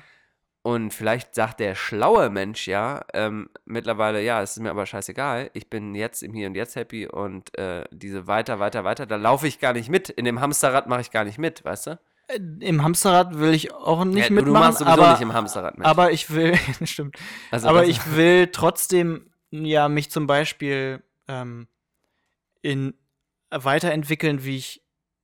Speaker 1: Und vielleicht sagt der schlaue Mensch ja ähm, mittlerweile, ja, es ist mir aber scheißegal, ich bin jetzt im Hier und Jetzt happy und äh, diese weiter, weiter, weiter, da laufe ich gar nicht mit. In dem Hamsterrad mache ich gar nicht mit, weißt du?
Speaker 6: Äh, Im Hamsterrad will ich auch nicht
Speaker 1: ja, du-
Speaker 6: mitmachen.
Speaker 1: du machst sowieso
Speaker 6: aber,
Speaker 1: nicht im Hamsterrad mit.
Speaker 6: Aber ich will, stimmt.
Speaker 1: Also
Speaker 6: aber
Speaker 1: das-
Speaker 6: ich will trotzdem ja mich zum Beispiel ähm, in weiterentwickeln, wie ich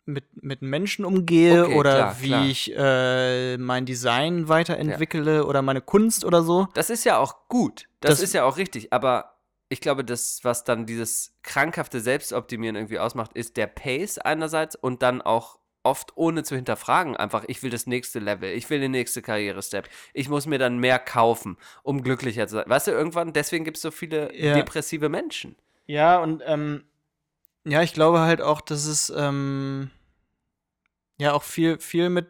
Speaker 6: mit, mit Menschen umgehe
Speaker 1: Okay,
Speaker 6: oder
Speaker 1: klar,
Speaker 6: wie
Speaker 1: klar.
Speaker 6: ich äh, mein Design weiterentwickle oder meine Kunst oder so.
Speaker 1: Das ist ja auch gut. Das,
Speaker 6: Das-
Speaker 1: ist ja auch richtig. Aber ich glaube, das, was dann dieses krankhafte Selbstoptimieren irgendwie ausmacht, ist der Pace einerseits und dann auch oft ohne zu hinterfragen einfach, ich will das nächste Level, ich will den nächste Karriere-Step, ich muss mir dann mehr kaufen, um glücklicher zu sein. Weißt du, irgendwann, deswegen gibt es so viele
Speaker 6: Ja.
Speaker 1: depressive Menschen.
Speaker 6: Ja, und ähm, ja, ich glaube halt auch, dass es ähm, ja auch viel, viel mit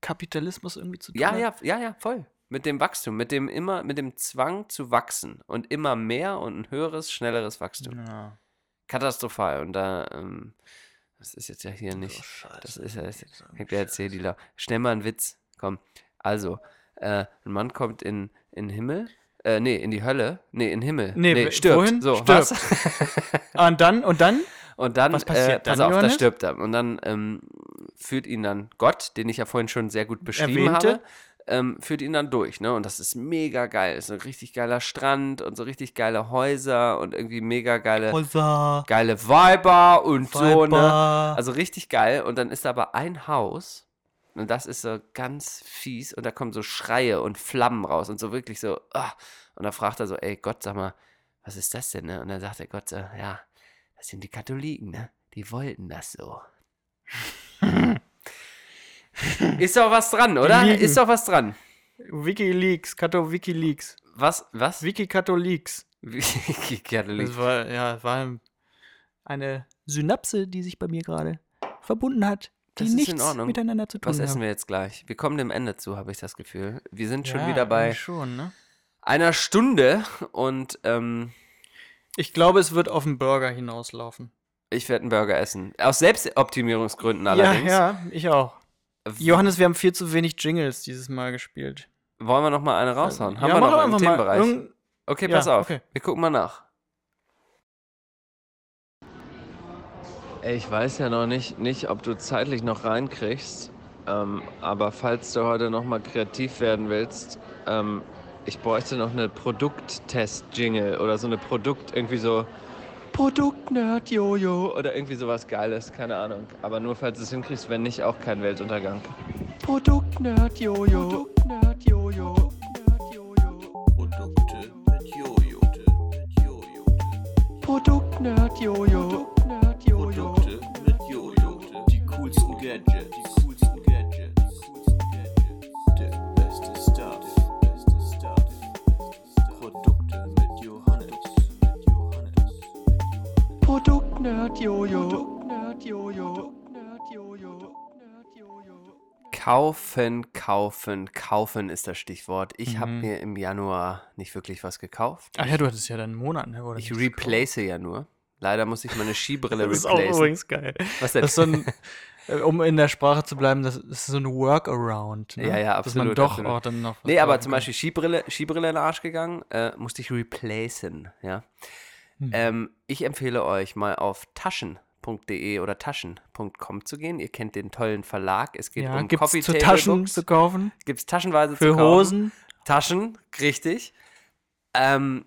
Speaker 6: Kapitalismus irgendwie zu tun
Speaker 1: Ja,
Speaker 6: hat.
Speaker 1: ja, ja, ja, voll. Mit dem Wachstum, mit dem immer, mit dem Zwang zu wachsen und immer mehr und ein höheres, schnelleres Wachstum.
Speaker 6: ja.
Speaker 1: katastrophal. Und da, ähm, das ist jetzt ja hier
Speaker 6: Oh,
Speaker 1: nicht. das ist ja, das hängt ja jetzt hier die La Schnell mal einen Witz. Komm. Also, äh, ein Mann kommt in, in den Himmel. Äh, nee, in die Hölle. Nee, in den Himmel.
Speaker 6: Nee,
Speaker 1: Nee,
Speaker 6: w-
Speaker 1: stirbt.
Speaker 6: wohin?
Speaker 1: So,
Speaker 6: Stirbt.
Speaker 1: was?
Speaker 6: Ah, Und dann, und dann?
Speaker 1: Und dann,
Speaker 6: Was passiert
Speaker 1: äh, pass
Speaker 6: dann,
Speaker 1: auf, da
Speaker 6: Johannes?
Speaker 1: stirbt er. Und dann ähm, führt ihn dann Gott, den ich ja vorhin schon sehr gut beschrieben
Speaker 6: Erwähnte.
Speaker 1: habe, ähm, führt ihn dann durch. Ne? Und das ist mega geil. Ist ein richtig geiler Strand und so richtig geile Häuser und irgendwie mega geile
Speaker 6: Rosa,
Speaker 1: geile Weiber und so, ne?
Speaker 6: Weiber.
Speaker 1: Also richtig geil. Und dann ist da aber ein Haus. Und das ist so ganz fies. Und da kommen so Schreie und Flammen raus. Und so wirklich so. ah. Und da fragt er so: Ey, Gott, sag mal, was ist das denn, ne? Und dann sagt der Gott so: Ja, das sind die Katholiken, ne? Die wollten das so. ist doch was dran, oder?
Speaker 6: liegen.
Speaker 1: Ist doch was dran.
Speaker 6: WikiLeaks, Kato WikiLeaks.
Speaker 1: Was? Was?
Speaker 6: WikiKatholeaks.
Speaker 1: Wie Katholiken.
Speaker 6: Das war, ja, war eine Synapse, die sich bei mir gerade verbunden hat, die
Speaker 1: Das ist in
Speaker 6: nichts
Speaker 1: Ordnung.
Speaker 6: miteinander zu tun
Speaker 1: Was
Speaker 6: haben.
Speaker 1: essen wir jetzt gleich? Wir kommen dem Ende zu, habe ich das Gefühl. Wir sind schon
Speaker 6: ja,
Speaker 1: wieder bei
Speaker 6: Schon, ne?
Speaker 1: einer Stunde und ähm,
Speaker 6: ich glaube, es wird auf den Burger hinauslaufen.
Speaker 1: ich werde einen Burger essen. Aus Selbstoptimierungsgründen allerdings.
Speaker 6: Ja, ja, ich auch. Johannes, wir haben viel zu wenig Jingles dieses Mal gespielt.
Speaker 1: Wollen wir noch mal eine raushauen? Haben
Speaker 6: Ja,
Speaker 1: wir
Speaker 6: mach
Speaker 1: noch
Speaker 6: doch
Speaker 1: einen
Speaker 6: einfach mal
Speaker 1: Themenbereich?
Speaker 6: irgend-
Speaker 1: okay,
Speaker 6: Ja,
Speaker 1: pass auf.
Speaker 6: okay.
Speaker 1: Wir gucken mal nach.
Speaker 4: Ey, ich weiß ja noch nicht, nicht ob du zeitlich noch reinkriegst, ähm, aber falls du heute noch mal kreativ werden willst, ähm, ich bräuchte noch eine Produkttest-Jingle oder so eine Produkt, irgendwie so Produkt-Nerd-Jojo oder irgendwie sowas Geiles, keine Ahnung. Aber nur falls du es hinkriegst, wenn nicht, auch kein Weltuntergang.
Speaker 9: Produkt-Nerd-Jojo. Produkt-Nerd-Jojo. Produkte mit Jojo. Produkt-Nerd-Jojo. Produkte mit Jojo. Die coolsten Gadgets. Die coolsten Gadgets. Der beste Stuff. Beste Stuff. Produkte mit Johannes. Produkt-Nerd-Jojo. Produkt-Nerd-Jojo.
Speaker 1: Kaufen, kaufen, kaufen ist das Stichwort. Ich habe
Speaker 6: Mhm.
Speaker 1: mir im Januar nicht wirklich was gekauft.
Speaker 6: Ach ja, du hattest ja deinen Monat, ne? Oder
Speaker 1: Ich replace ja nur. Leider muss ich meine Skibrille
Speaker 6: Das ist auch
Speaker 1: replacen.
Speaker 6: übrigens geil.
Speaker 1: Was denn?
Speaker 6: Das ist so ein, äh, um in der Sprache zu bleiben, das ist so ein Workaround. Ne?
Speaker 1: Ja, ja,
Speaker 6: Dass
Speaker 1: absolut.
Speaker 6: man doch
Speaker 1: absolut.
Speaker 6: auch dann noch. was
Speaker 1: Nee, aber
Speaker 6: kaufen
Speaker 1: zum
Speaker 6: kann.
Speaker 1: Beispiel Skibrille, Skibrille in den Arsch gegangen, äh, musste ich replacen, ja.
Speaker 6: Hm.
Speaker 1: Ähm, ich empfehle euch mal auf taschen.de oder taschen.com zu gehen. Ihr kennt den tollen Verlag. Es geht
Speaker 6: Ja,
Speaker 1: um
Speaker 6: gibt's
Speaker 1: Coffee
Speaker 6: zu
Speaker 1: Table
Speaker 6: Taschen
Speaker 1: Books.
Speaker 6: zu kaufen?
Speaker 1: Gibt es taschenweise
Speaker 6: Für
Speaker 1: zu kaufen.
Speaker 6: Hosen?
Speaker 1: Taschen, richtig. Ähm,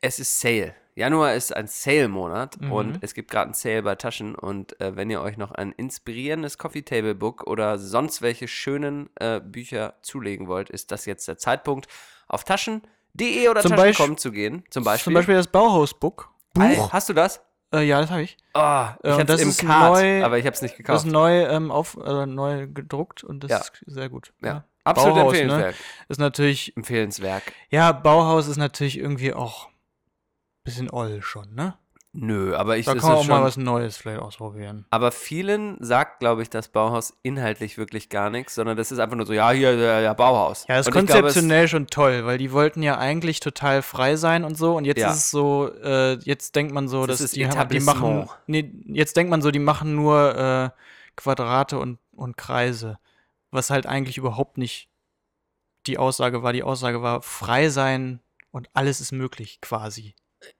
Speaker 1: es ist Sale. Januar ist ein Sale-Monat
Speaker 6: Mhm.
Speaker 1: und es gibt gerade ein Sale bei Taschen. Und äh, wenn ihr euch noch ein inspirierendes Coffee Table Book oder sonst welche schönen äh, Bücher zulegen wollt, ist das jetzt der Zeitpunkt, auf taschen.de oder
Speaker 6: Zum
Speaker 1: taschen.com
Speaker 6: Beisp-
Speaker 1: zu gehen. Zum Beispiel.
Speaker 6: Zum Beispiel das Bauhaus-Book.
Speaker 1: Al- hast du das?
Speaker 6: Äh, ja, das habe ich.
Speaker 1: Oh, ich
Speaker 6: Äh, und
Speaker 1: hab's
Speaker 6: das
Speaker 1: im
Speaker 6: ist
Speaker 1: Card,
Speaker 6: neu-
Speaker 1: aber ich hab's nicht
Speaker 6: Das
Speaker 1: gekauft.
Speaker 6: ist neu, ähm, auf, äh, neu gedruckt und das
Speaker 1: Ja.
Speaker 6: ist sehr gut.
Speaker 1: Ja. Absolut
Speaker 6: ne?
Speaker 1: empfehlenswert.
Speaker 6: Ist natürlich,
Speaker 1: Empfehlenswerk.
Speaker 6: ja, Bauhaus ist natürlich irgendwie auch ein bisschen oll schon, ne?
Speaker 1: Nö, aber ich
Speaker 6: da
Speaker 1: ist
Speaker 6: kann man
Speaker 1: es
Speaker 6: auch mal
Speaker 1: schon-
Speaker 6: was Neues vielleicht ausprobieren.
Speaker 1: Aber vielen sagt, glaube ich, das Bauhaus inhaltlich wirklich gar nichts, sondern das ist einfach nur so, ja, hier, ja, ja, Bauhaus.
Speaker 6: Ja, das ist
Speaker 1: Und ich glaube, es-
Speaker 6: konzeptionell schon toll, weil die wollten ja eigentlich total frei sein und so. Und jetzt
Speaker 1: Ja.
Speaker 6: ist es so, äh, jetzt denkt man so,
Speaker 1: Das
Speaker 6: dass
Speaker 1: ist
Speaker 6: die, haben- die machen.
Speaker 1: Etablissement.
Speaker 6: Nee, jetzt denkt man so, die machen nur äh, Quadrate und, und Kreise. Was halt eigentlich überhaupt nicht die Aussage war. Die Aussage war, frei sein und alles ist möglich, quasi.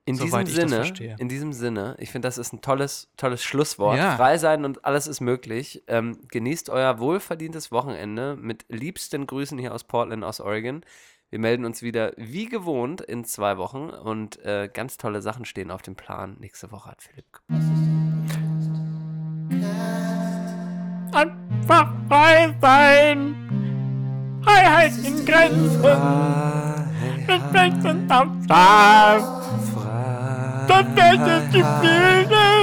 Speaker 1: in diesem
Speaker 6: soweit ich das
Speaker 1: Sinne,
Speaker 6: verstehe.
Speaker 1: in diesem Sinne, ich finde, das ist ein tolles, tolles Schlusswort.
Speaker 6: Ja.
Speaker 1: Frei sein und alles ist möglich. Ähm, genießt euer wohlverdientes Wochenende mit liebsten Grüßen hier aus Portland, aus Oregon. Wir melden uns wieder wie gewohnt in zwei Wochen und äh, ganz tolle Sachen stehen auf dem Plan. Nächste Woche hat Philipp
Speaker 9: Einfach frei sein. Freiheit in Grenzen. Respekt und Abstand. Das beste Gefühl, das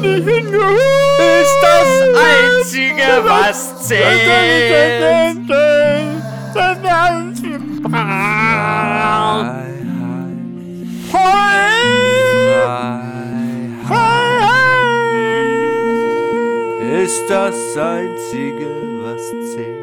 Speaker 9: ich hingehört. Ist das Einzige, was zählt. Das Einzige, Freiheit. Freiheit.
Speaker 1: ist das Einzige, was zählt.